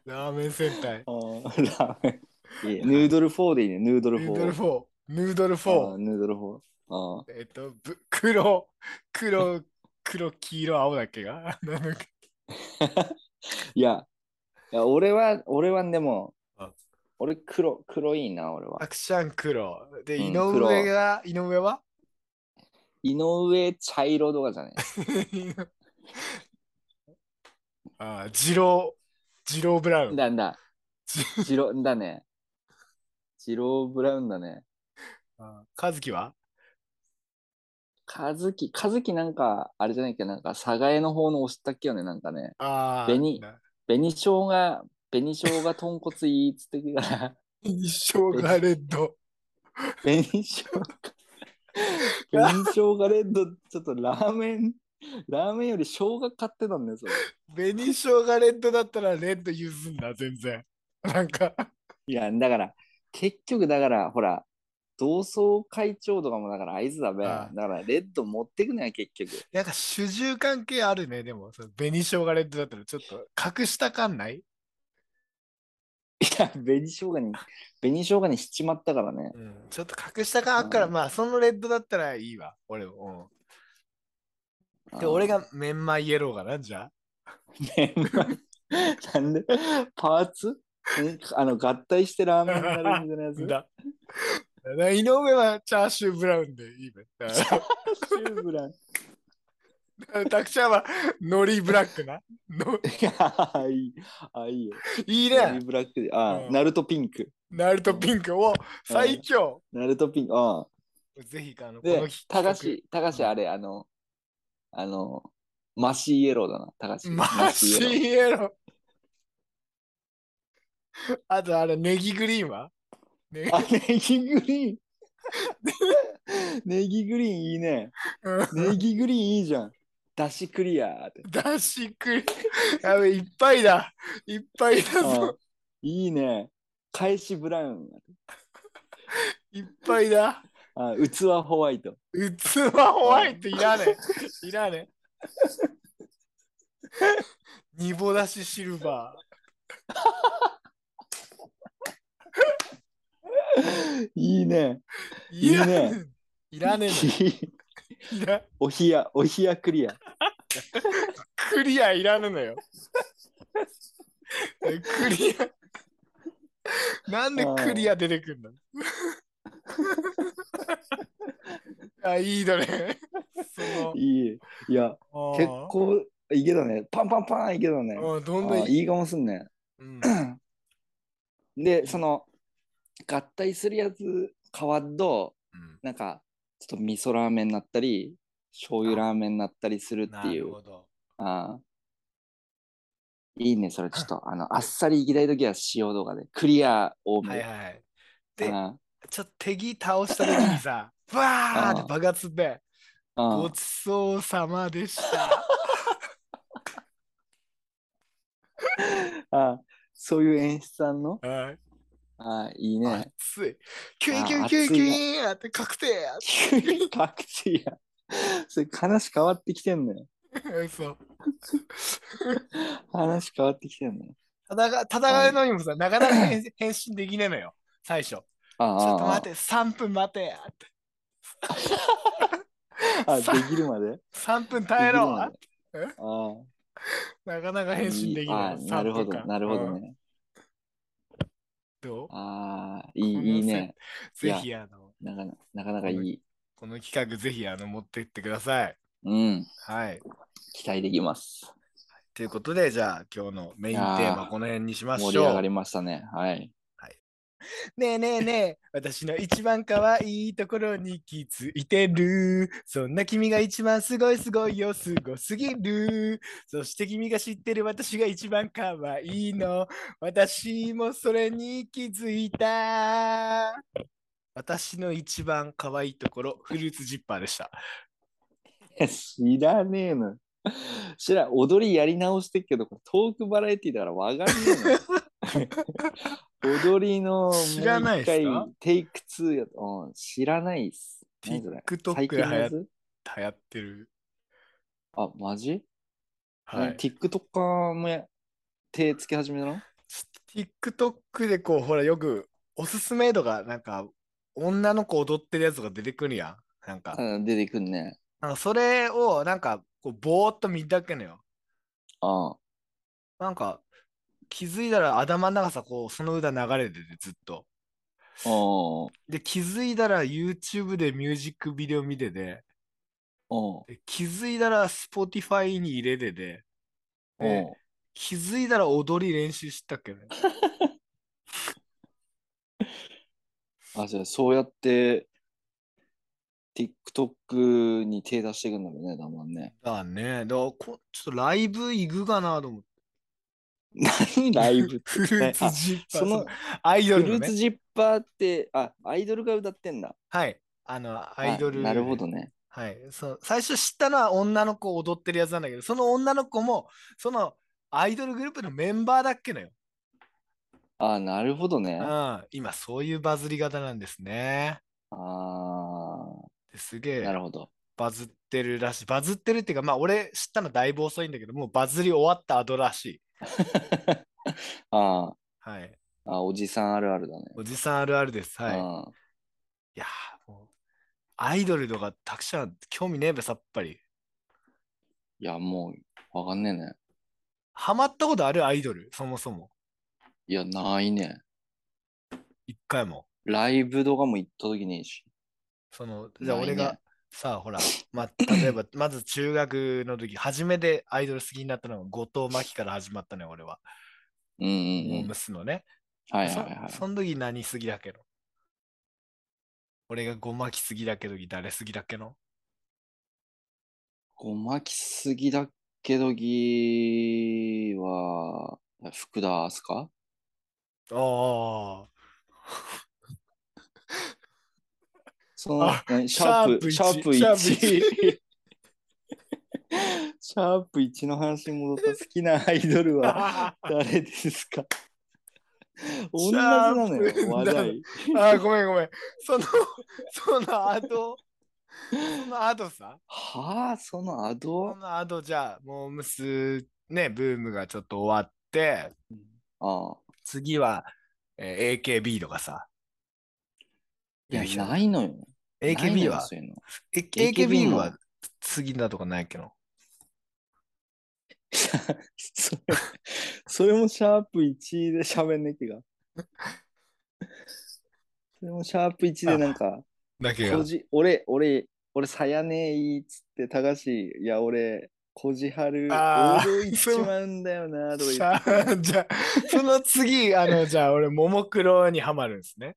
ラーメン戦隊ああラーメン。いいヌードル4でいいね、ヌードルヌードル4。 4ヌードルああ4ヌードル4。ああ。えっとぶ黒黒黒黄色青だっけがなんだっけいや、いや俺は、俺はでもあ、俺、黒、黒いいな、俺はア。クション黒でうん井上が井上は井上、茶色とかじゃねああ、ジロー、ジローブラウ え。ン。だ んだ。ジロ、だね。ジローブラウンだね。ああ和樹は和樹、和樹なんか、あれじゃないっけ、なんか、寒河江の方の押したっけよね、なんかね。ああ、紅な紅生姜、紅生姜豚骨いいっつってく から、一生がレッド。紅生姜、紅生姜レッド、ちょっとラーメン、ラーメンより生姜買ってたんだよ、それ。紅生姜レッドだったらレッド譲んな、全然。なんか、いや、だから、結局、だから、ほら、同窓会長とかもだから合図だべ。あだから、レッド持ってくのや、 結局。なんか主従関係あるね、でも、その紅生姜レッドだったらちょっと隠したかんない、いや、紅生姜に、紅生姜にしちまったからね。うん、ちょっと隠した感あっから、うんまあ、そのレッドだったらいいわ、俺も。うん、で、俺がメンマイエローかな、じゃあ。メンマ なんでパーツんあの合体してラーメンになるみたいなやだ。つだから井上はチャーシューブラウンでいいべ。だからシューブラン タクちゃんはノリブラックな。のいや あいいあいいよいいノねリ。ブラックであ、うんナルトピンクナルトピンクを最強。ナルトピンクあぜひ、あの、こでの日たかし高う橋んあれあのあのマシーイエローだな高橋マシイエローーエロ。あと、あれ、ネギグリーンはネギあネギグリーンネギグリーンいいねネギグリーンいいじゃんダッシュクリアーってだしくり。やべ、いっぱいだ。いっぱいだあぞ。いいね返しブラウンいっぱいだ。あ器ホワイト器ホワイトいらねえ。いらねえ。煮ぼだしシルバいいねー。いらいいね。いらねえの。いら おひやおひやクリアクリアいらぬのよ。えクリア。なんでクリア出てくるのあ、いいだね。そのいいいやあー結構いけたねパンパンパンいけたねうん、どんあどんいい。いいかもすんねうんでその合体するやつ変わっとうんなんかちょっと味噌ラーメンになったり醤油ラーメンになったりするっなているうほど。あいいね、それちょっと、あの、あっさりいきたいときは塩とかで、クリア多はいめ。はい。うで、んちょっと敵倒した時にさ、バーって爆発で、うんごちそうさまでした。あそういう演出さんのはい。あいい ね。熱い。キュイあンキュインキュイン熱キュいねインって確定やパクチーや。それ話変わってきてんのよ。 そう。話変わってきてんのよ。戦戦うのにもさ、なかなか変変身できねえのよ。最初。ちああょっとああ待って、3分待てやって。あできるまで3分耐えろできるまでああなかなか変身できあなあい。なるほど、なるほどね。ね。うんどうああ、いいこのいいね。せいぜやひ、あの、なかななかなかいい。この企画ぜひ、あの、持ってってください。うん、はい。期待できます。ということで、じゃあ、今日のメインテいーやマ、ーこの辺にしまし盛りょ上がう。りましたね。はい。 ねえねえねえ、私の一番可愛いところに気づいてる。そんな君が一番すごいすごいよ、すごすぎる。そして君が知ってる私が一番可愛いの。私もそれに気づいた。私の一番可愛いところ、フルーツジッパーでした。知らねえの。知らん踊りやり直してっけど、これトークバラエティだからわかんね えの。踊りの知らないっすかもう一回テイク2やと、うん、知らないっす。何それ TikTok 最近のやつ流行ってる。あ、マジ、はねい。 ?TikToker もや手つけ始めたの TikTok でこう、ほら、よくおすすめとか、なんか、女の子踊ってるやつが出てくるやん。なんか。うん出てくんね。なんかそれをなんかこうぼーっと見たっけのよ。あなんか気づいたら頭の中さこうその歌流れててずっと。あ。おうで気づいたら YouTube でミュージックビデオ見てておうで気づいたら Spotify に入れててでおう気づいたら踊り練習したっけね。あ、じゃあそうやって TikTok に手出していくんだろうね、だんだんね。だね。だからこちょっとライブ行くかなと思って。何ライブって フルーツジッパー。そのそのアイドフルのルーねツ。ジッパーって、あ、アイドルが歌ってんだ。はい。あの、アイドル。あなるほどね。はい、そう最初知ったのは女の子踊ってるやつなんだけど、その女の子も、そのアイドルグループのメンバーだっけのよ。あ、なるほどね。うあん、今、そういうバズり方なんですね。あですげー、なえるほど。バズってるらしい。バズってるっていうか、まあ、俺知ったのだいぶ遅いんだけど、もうバズり終わった後らしい。あーはい。あ、おじさんあるあるだね。おじさんあるあるです。はい。あーいやーもう、アイドルとかたくさん興味ねえべ、さっぱり。いや、もう、わかんねえね。ハマったことあるアイドル、そもそも。いや、ないね。一回も。ライブとかも行った時ねえし。その、じゃあないね俺がさあ、ほら、まあ、例え ば、まず中学の時、初めてアイドル好きになったのが後藤真希から始まったのよ、俺は。うんうんモーうん。ムスのね。はいはいそはい。その時何好きだっけど俺がごまきすぎだっけど誰すぎだっけのごまきすぎだっけどぎは、福田明日香あそのあ、何シャープ、シシャャーーププ一1。シャープ シャープ1の話に戻った好きなアイドルは あ。誰ですか同シャじなープのよ、話題。あー、ごめんごめん。その、その後、その後さ、はあ、そのアそドの後じゃあ、モームスね、ブームがちょっと終わって、ああ。次は、えー AKB とかさ。いや、いやないのよ。ないの AKB よは、そういうの。え AKB AKB のは次だとかないけど。それそれもシャープ1で喋んねきが。 それもシャープ1でなんか、だけこじ俺、俺、俺、さやねえいいっつって、高橋、いや、俺、こじはる、あー王道行っちまうんだよな、とかじ言って。ゃあ、 じゃあその次、あの、じゃあ俺、ももクロにハマるんですね。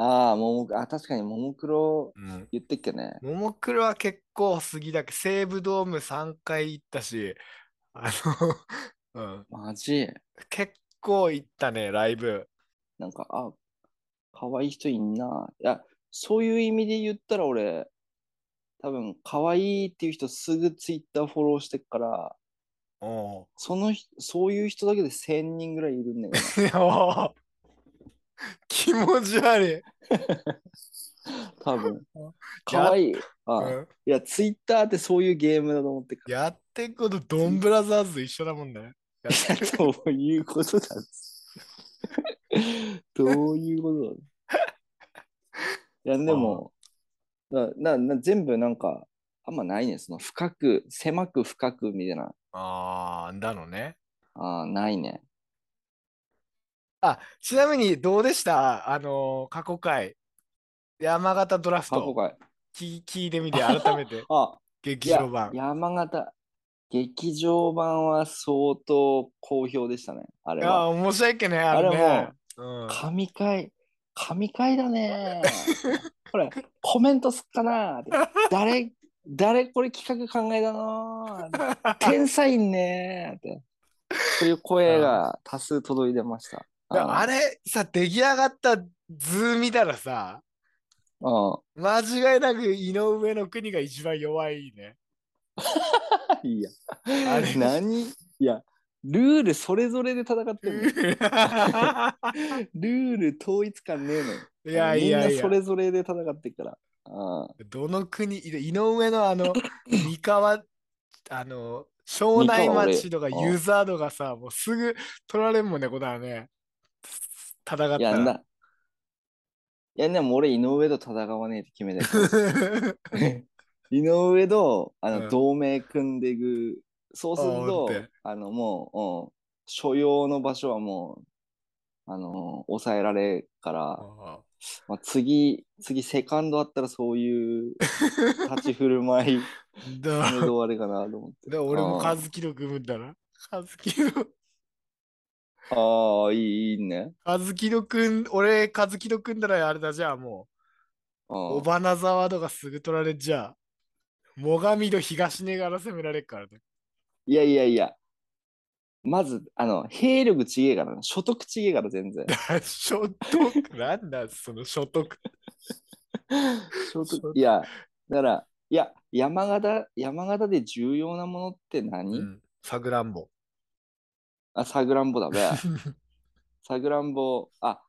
ああ、ももあ、確かに、ももクロうん。言ってっけね。ももクロは結構杉だけど、西武ドーム3回行ったし、あの、 うん。マジ結構行ったね、ライブ。なんか、あ、可愛い人いんな。いや、そういう意味で言ったら俺、多分、可愛いっていう人すぐツイッターフォローしてっから、おうその人、そういう人だけで1000人ぐらいいるんだよ ね。おう気持ち悪い。多分。可愛いあ、ういんや、ツイッターってそういうゲームだと思ってっから。やってんことドンブラザーズと一緒だもんね。 やいや、どういうことだ どういうことだいや、でも、ななな全部なんか、あんまないね。その深く、狭く深くみたいな、ああ、だのね。あーないね。あ、ちなみにどうでしたあのー過去回。山形ドラフ過去ト。回。。聞聞いてみて、改めて あ、劇いや場版。山形、劇場版は相当好評でしたね。あれあは。あ、面白いっけね、あれあれねも。うん、神回、神回だね。 これ、コメントすっかなって誰、誰これ企画考えたの天才んねって。そういう声が多数届いてました。でもあれれさ、出来上がった図見たらさ、うん。間違いなく井上の国が一番弱い ね。いやあれ、何いや、ルールそれぞれで戦ってるルール統一感ねえのよ。いやいやみいんなやそ。れぞれで戦ってっから。あどの国、井上のあ の、三河、あの、庄内町とか三河俺ユーザードがさ、もうすぐ取られんもんね、これはね。戦っあいや、たな ら。いや、でも俺、井上と戦わねえって決めて 井上とあの、うん同盟組んでいく。そうするとあーだって、あの、もう、うん、所要の場所はもう、あの、抑えられっから、あまあ、次、次、セカンドあったらそういう立ち振る 舞い、ーあだれどうあれかなと思って。で俺もあ和ー樹の組むんだな。和樹の、ああ、いい、いいね。和樹の組ん、俺、和樹の組んだらあれだじゃあもあーう、尾花沢とかすぐ取られんじゃあ、最上と東根から攻められっからね。 いやいやいや。まず、あの、兵力ちげえからな。所得ちげえから全然。所得、なんだ、その所得。所所得得いや、だから、いや、山形、山形で重要なものって何、うん、サグラン ボ。あ、さぐらんぼだべ。 さぐらんぼ、あ、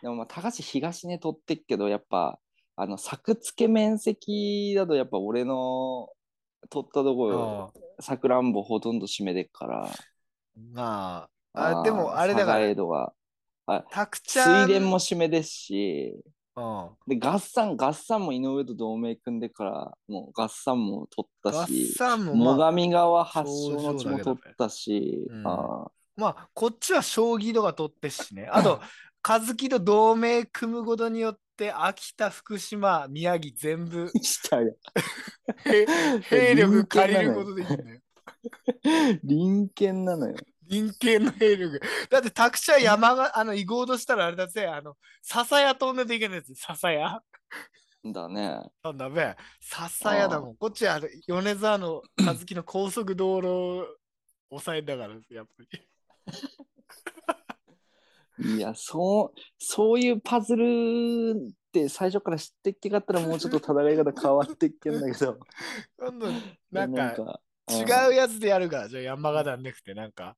でもまあ、高橋東ね取ってっけど、やっぱ、あの、作付け面積だと、やっぱ俺の取ったとこあよ、あさくらんぼほとんど占めてっから。まあ、あでもあれだかサガエら、ドが。タクちゃん。水田も占めですし、うん。で、合算、合算も井上と同盟組んでから、もう合算も取った合し、算も、最まあ、上川発祥の地も取ったし、うんあまあ、こっちは将棋とか取ってっしね。あ と、和樹と同盟組むことによって、秋田、福島、宮城全 部ーしたよ。へ兵力隣県借なりのよることでいいんだよ。隣県なのよ。臨系の兵力。だって、タクちゃん山が、あの、移行としたらあれだぜ、あの、笹屋飛んでていけないやつ、笹屋。だね。なんだべ、笹屋だもん。こっちはあの米沢の和樹の高速道路を抑えだから、やっぱり。いや、そう、そういうパズルって最初から知ってっけかったらもうちょっと戦い方変わってっけんだけど。今 度、なんかう違うやつでやるから、じゃあ山形なくて、なんか、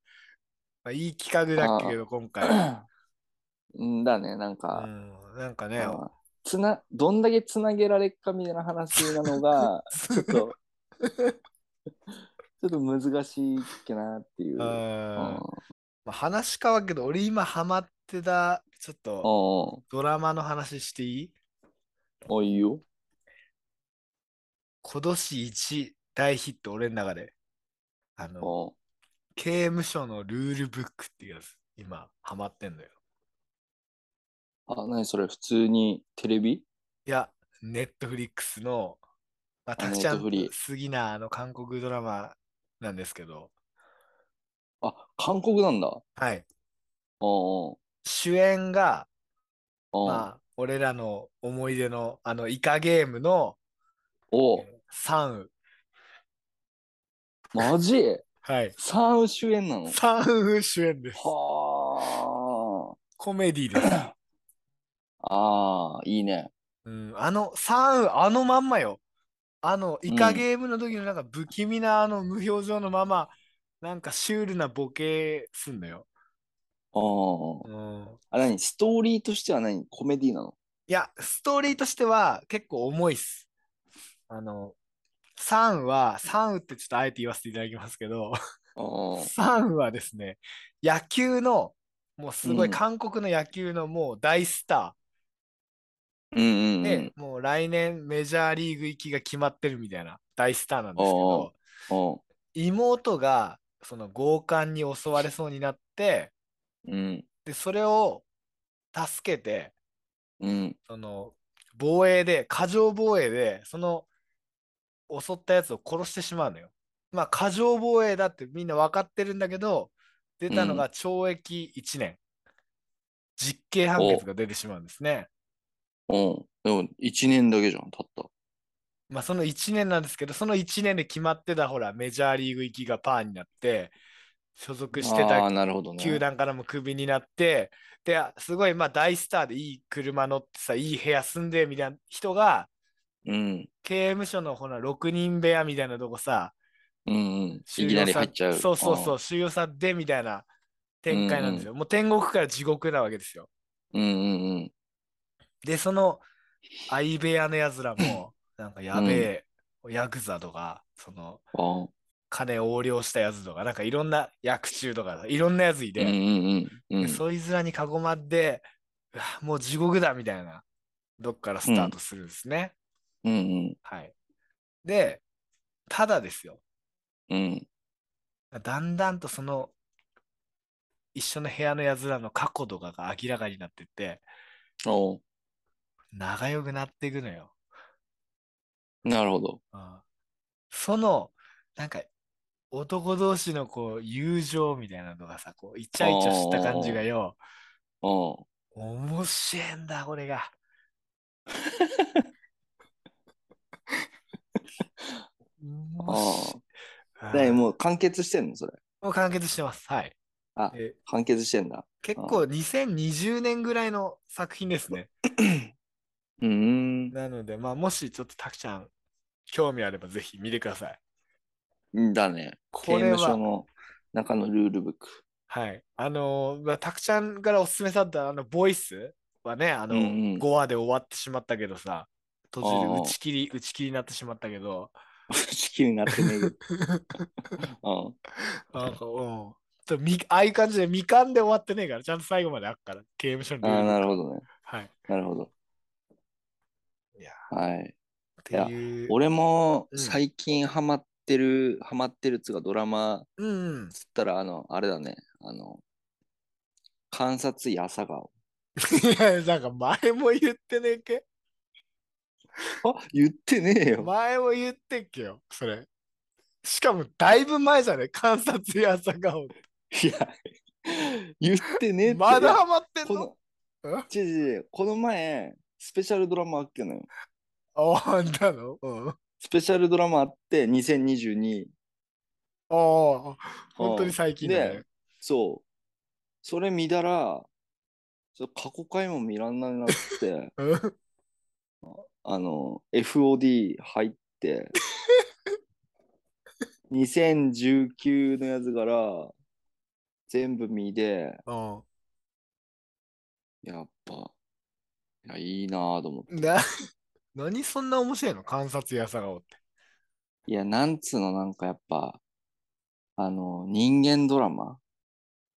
まあ、いい企画だっけど、今回。ん。んだね、なんか。うん、なんかね、あつなどんだけつなげられっかみたいな話なのがちょっとちょっと難しいっけなっていう。 ううんんまあ、話変わるけど、俺今ハマってた、ちょっとおうドラマの話していいおういいよ。今年一大ヒット、俺の中で。あの、おう刑務所のルールブックっていうやつ、今、ハマってんのよ。あ、何それ普通にテレビいや、ネットフリックスの、まあ、あたくちゃん Netflix 好きなあの韓国ドラマなんですけど、あ、韓国なんだ。はい。おう主演が、おうおう、まあ、俺らの思い出の、あの、イカゲームのおうサンウ。マジはい。 3主演なの三夫主演です。はコメディです。あ。ああ、いいね。うん、あの、三夫、あのまんまよ。あの、イカうんゲームの時のなんか不気味なあの無表情のまま、なんかシュールなボケすんのよ。あーうん。あ。何ストーリーとしては何コメディなのいや、ストーリーとしては結構重いっす。あの、サンは、サンウってちょっとあえて言わせていただきますけど、ああ。サンはですね、野球の、もうすごういん韓国の野球のもう大スタうんうんうーん。で、もう来年メジャーリーグ行きが決まってるみたいな大スターなんですけおうど、お妹がその強姦に襲われそうになって、ううん。で、それを助けて、うん。その防衛で過剰防衛でその襲ったやつを殺してしまうのよ。まあ過剰防衛だってみんな分かってるんだけど出たのが懲役1年、実刑判決が出てしまうんですね。うん。でも、1年だけじゃん、たった。まあその1年なんですけどその1年で決まってたほらメジャーリーグ行きがパーになって所属してあたあ、なるほどね。球団からもクビになってですごいまあ大スターでいい車乗ってさいい部屋住んでみたいな人がうん。刑務所のほら6人部屋みたいなとこさうんうん。いきなり入っちゃう。そうそうそう収容さでみたいな展開なんですよ、もう天国から地獄なわけですようん。うんうんうん。でその相部屋のやつらもなんかやべえ、ヤクザとかそのああ。金横領したやつとかなんかいろんな薬中とかいろんなやついうんうて、んうん。でうん。そいつらに囲まってうわもう地獄だみたいなどっからスタートするんですね、うんうんはいでただですようん。だんだんとその一緒の部屋のやつらの過去とかが明らかになってっておう仲良くなっていくのよ。なるほど。うんそのなんか男同士のこう友情みたいなのがさこうイチャイチャした感じがよおう面白いんだこれ が。面白いあああ。ーで、もう完結してんのそれ。もう完結してます。はい。あえ完結してんだ。結構2020年ぐらいの作品ですね。うーん。なので、まあ、もしちょっとたくちゃん、興味あればぜひ見てください。だね。こ刑れ務所は、の中のルールブック。はい。あのーまあ、たくちゃんからおすすめされた、あの、ボイスはね、あの、うんうん5話で終わってしまったけどさ、途あ中あで打ち切り、打ち切りになってしまったけど、地球になってねえけど。なんか、うん。ちょっとみああいう感じで未完で終わってねえから、ちゃんと最後まであっから、刑務所うん。ああ、のなルールるほどね。はい。なるほど。いやはい。っていう。俺もうん最近ハマってる、ハマってるっつうかドラマうんうん。 つったら、あの、あれだね。あの、観察医朝顔。いや、なんか前も言ってねえけ。あ言ってねえよ。前も言ってっけよ、それ。しかも、だいぶ前じゃね観察や朝顔。いや、言ってねえって。まいやだハマってんこのの、違う違う違うこの前、スペシャルドラマあっけのよ。ああ、なんだのうん。あスペシャルドラマあって、2022。あ、本当に最近だねで。そう。それ見たら、それ過去回も見らんなくなって、 うんあの、FOD 入 って、2019のやつから、全部見で、うん。やっぱ、いや、いいなぁと思って。な、何そんな面白いの観察や朝顔って。いや、なんつうの、なんかやっぱ、あの、人間ドラマ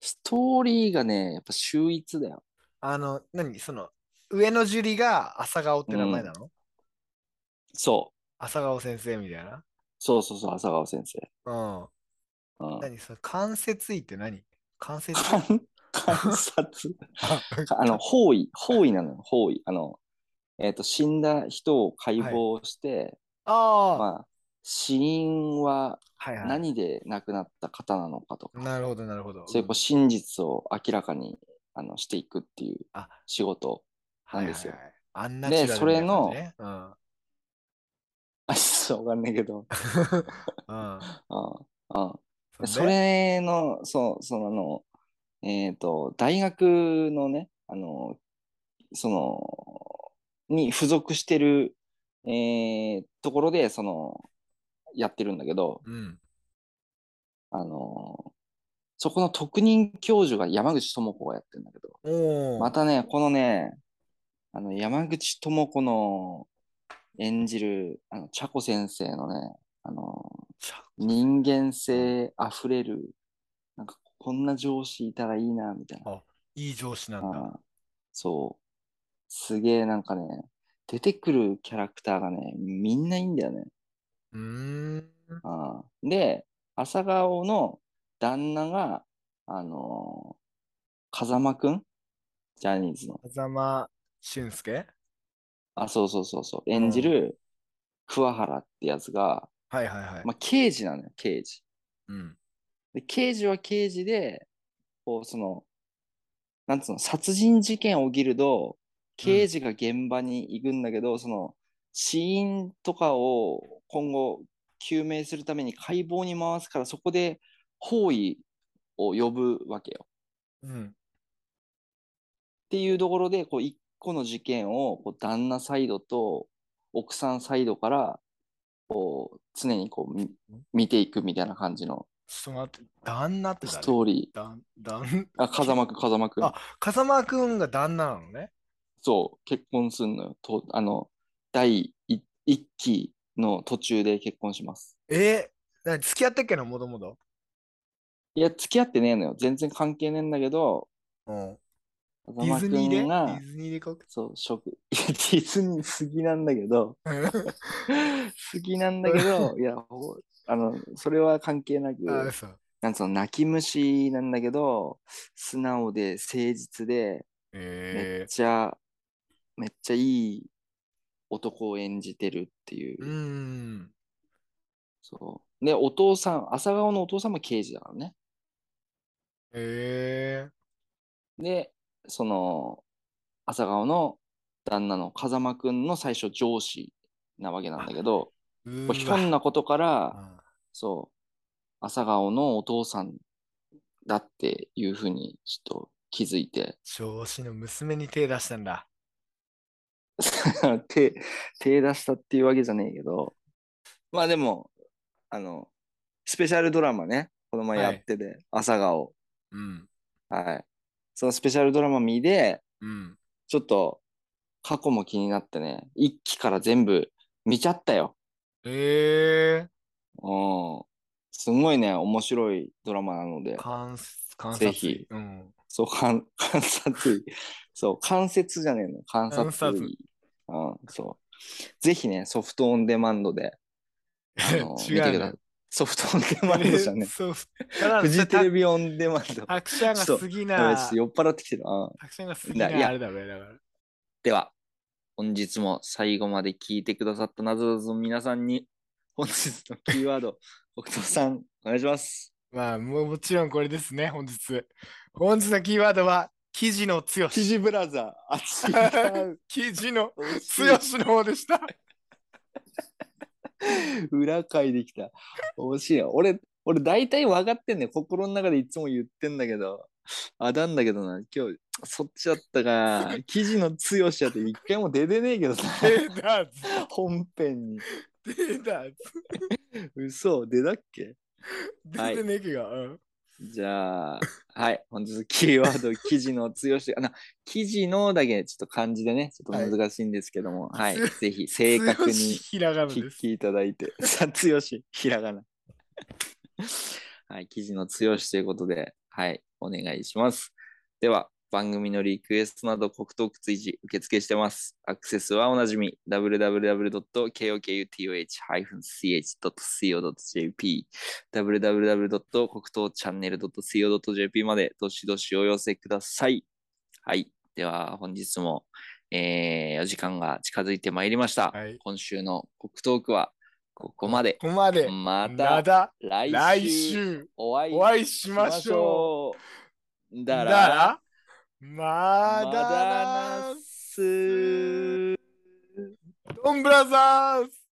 ストーリーがね、やっぱ秀逸だよ。あの、何その、上野樹里が朝顔って名前なの、そう。朝顔先生みたいな。そうそうそう、朝顔先生。うん。うん何それ、関節医って何関 節観観察ああの方位方位なのよ方位あのえっ、と死んだ人を解剖して、あー、まあ死因ははいはい。何で亡くなった方なのかとか、なるほど、なるほど。そういうこう真実を明らかにあのしていくっていうあ仕事 なんですよはいはいはいあんなでそれのねうん。 あそうわかんないけどうんああでそれの、そう、そのあの、えっ、と、大学のね、あの、その、に付属してる、えーところで、その、やってるんだけど、うん。あの、そこの特任教授が山口智子がやってるんだけど、おお。またね、このね、あの山口智子の演じるあの茶子先生のね、あのちゃ人間性あふれる、なんかこんな上司いたらいいな、みたいな。いい上司なんだ。あーそう。すげえなんかね、出てくるキャラクターがね、みんないいんだよね。うーん。あーで、朝顔の旦那が、あのー風間くんジャニーズの。風間俊介あ、そうそうそうそう。演じる桑原ってやつが、はいはいはい。まあ、刑事なのよ、刑事。うん。で、刑事は刑事で、こう、その、なんつうの、殺人事件起きると、刑事が現場に行くんだけど、その、死因とかを今後究明するために解剖に回すから、そこで包囲を呼ぶわけよ。うん。っていうところでこう一個の事件をこう旦那サイドと奥さんサイドからこう常にこうみ見ていくみたいな感じのちょっと待って、旦那ってス誰トーリだんだんー。あ風間くん風間くんあ風間くんが旦那なのね。そう結婚すんのよとあの第一一期の途中で結婚しますえー、な付き合ってっけな、もともと。いや付き合ってねえのよ全然関係ねえんだけどうん。デ風ィ間ズくニーでデんがィズニーでかく。そう 職いやディズニー好きなんだけど好きなんだけ どいやほあの それは関係なくあ、そう。なんつうの、泣き虫なんだけど、素直で誠実で、めっえちゃ、めっちゃいい男を演じてるっていえう。うーん。そう。で、お父さん、朝顔のお父さんも刑事だからね。ええで、その、朝顔の旦那の風間くんの最初上司なわけなんだけど、うこうひょんーわなことから、あそう、朝顔のお父さんだっていうふうにちょっと気づいて、上司の娘に手出したんだ。 手、手出したっていうわけじゃねえけど、まあでも、あの、スペシャルドラマね、この前やってて、朝顔。うん。はい。そのスペシャルドラマ見で、うん。ちょっと過去も気になってね、一期から全部見ちゃったよ。ええうん。すごいね、面白いドラマなので、観観察ぜ医ひうん。そう、観 観察医。そう、関節じゃねえの、観察観察医。うん、そう。ぜひね、ソフトオンデマンドで、 あの見て違うくだのさい。ソフトオンデマンドじゃ ね。そう。ただフジテレビオンデマンド。た作者がそう過ぎやべな。えちょっと酔っ払ってきてる。うん作者が過ぎな。いやいやあれだべ、だから。では、本日も最後まで聞いてくださったなぞなぞの皆さんに、本日のキーワード、北斗さん、お願いします。まあ、ももちろんこれですね、本日。本日のキーワードは、記事の強キし。ジブラザー、あ、違う。記事の惜しい強しの方でした。 裏返できた。面白い。俺、俺大体分かってんね心の中でいつも言ってんだけど。あだんだけどな。今日、そっちだったか。記事の強しやって一回も出てねえけどさ。出たず。本編に。出たず。嘘、出たっけは出いてねえけが。うんじゃあ、 はい。本日キーワード、記事の強し。あの、記事のだけちょっと漢字でね、ちょっと難しいんですけども、はい。強ぜひ、正確強しに。ひらがな筆です。記いただいて、 さつよし、ひらがな。 はい、記事のつよしということで、はい、お願いします。では、番組のリクエストなど、国トーク随時受付してます。アクセスはおなじみ、www.kokutoh-ch.co.jp、www. 国東チャンネル .co.jp まで、どしどしお寄せください。はい、では、本日も、えーお時間が近づいてまいりました。はい今週の国トークはここまで。ここまで。ままたた来週来週お会いお会いしましょう。う。だら、ままだだななす。ドンブラザーズ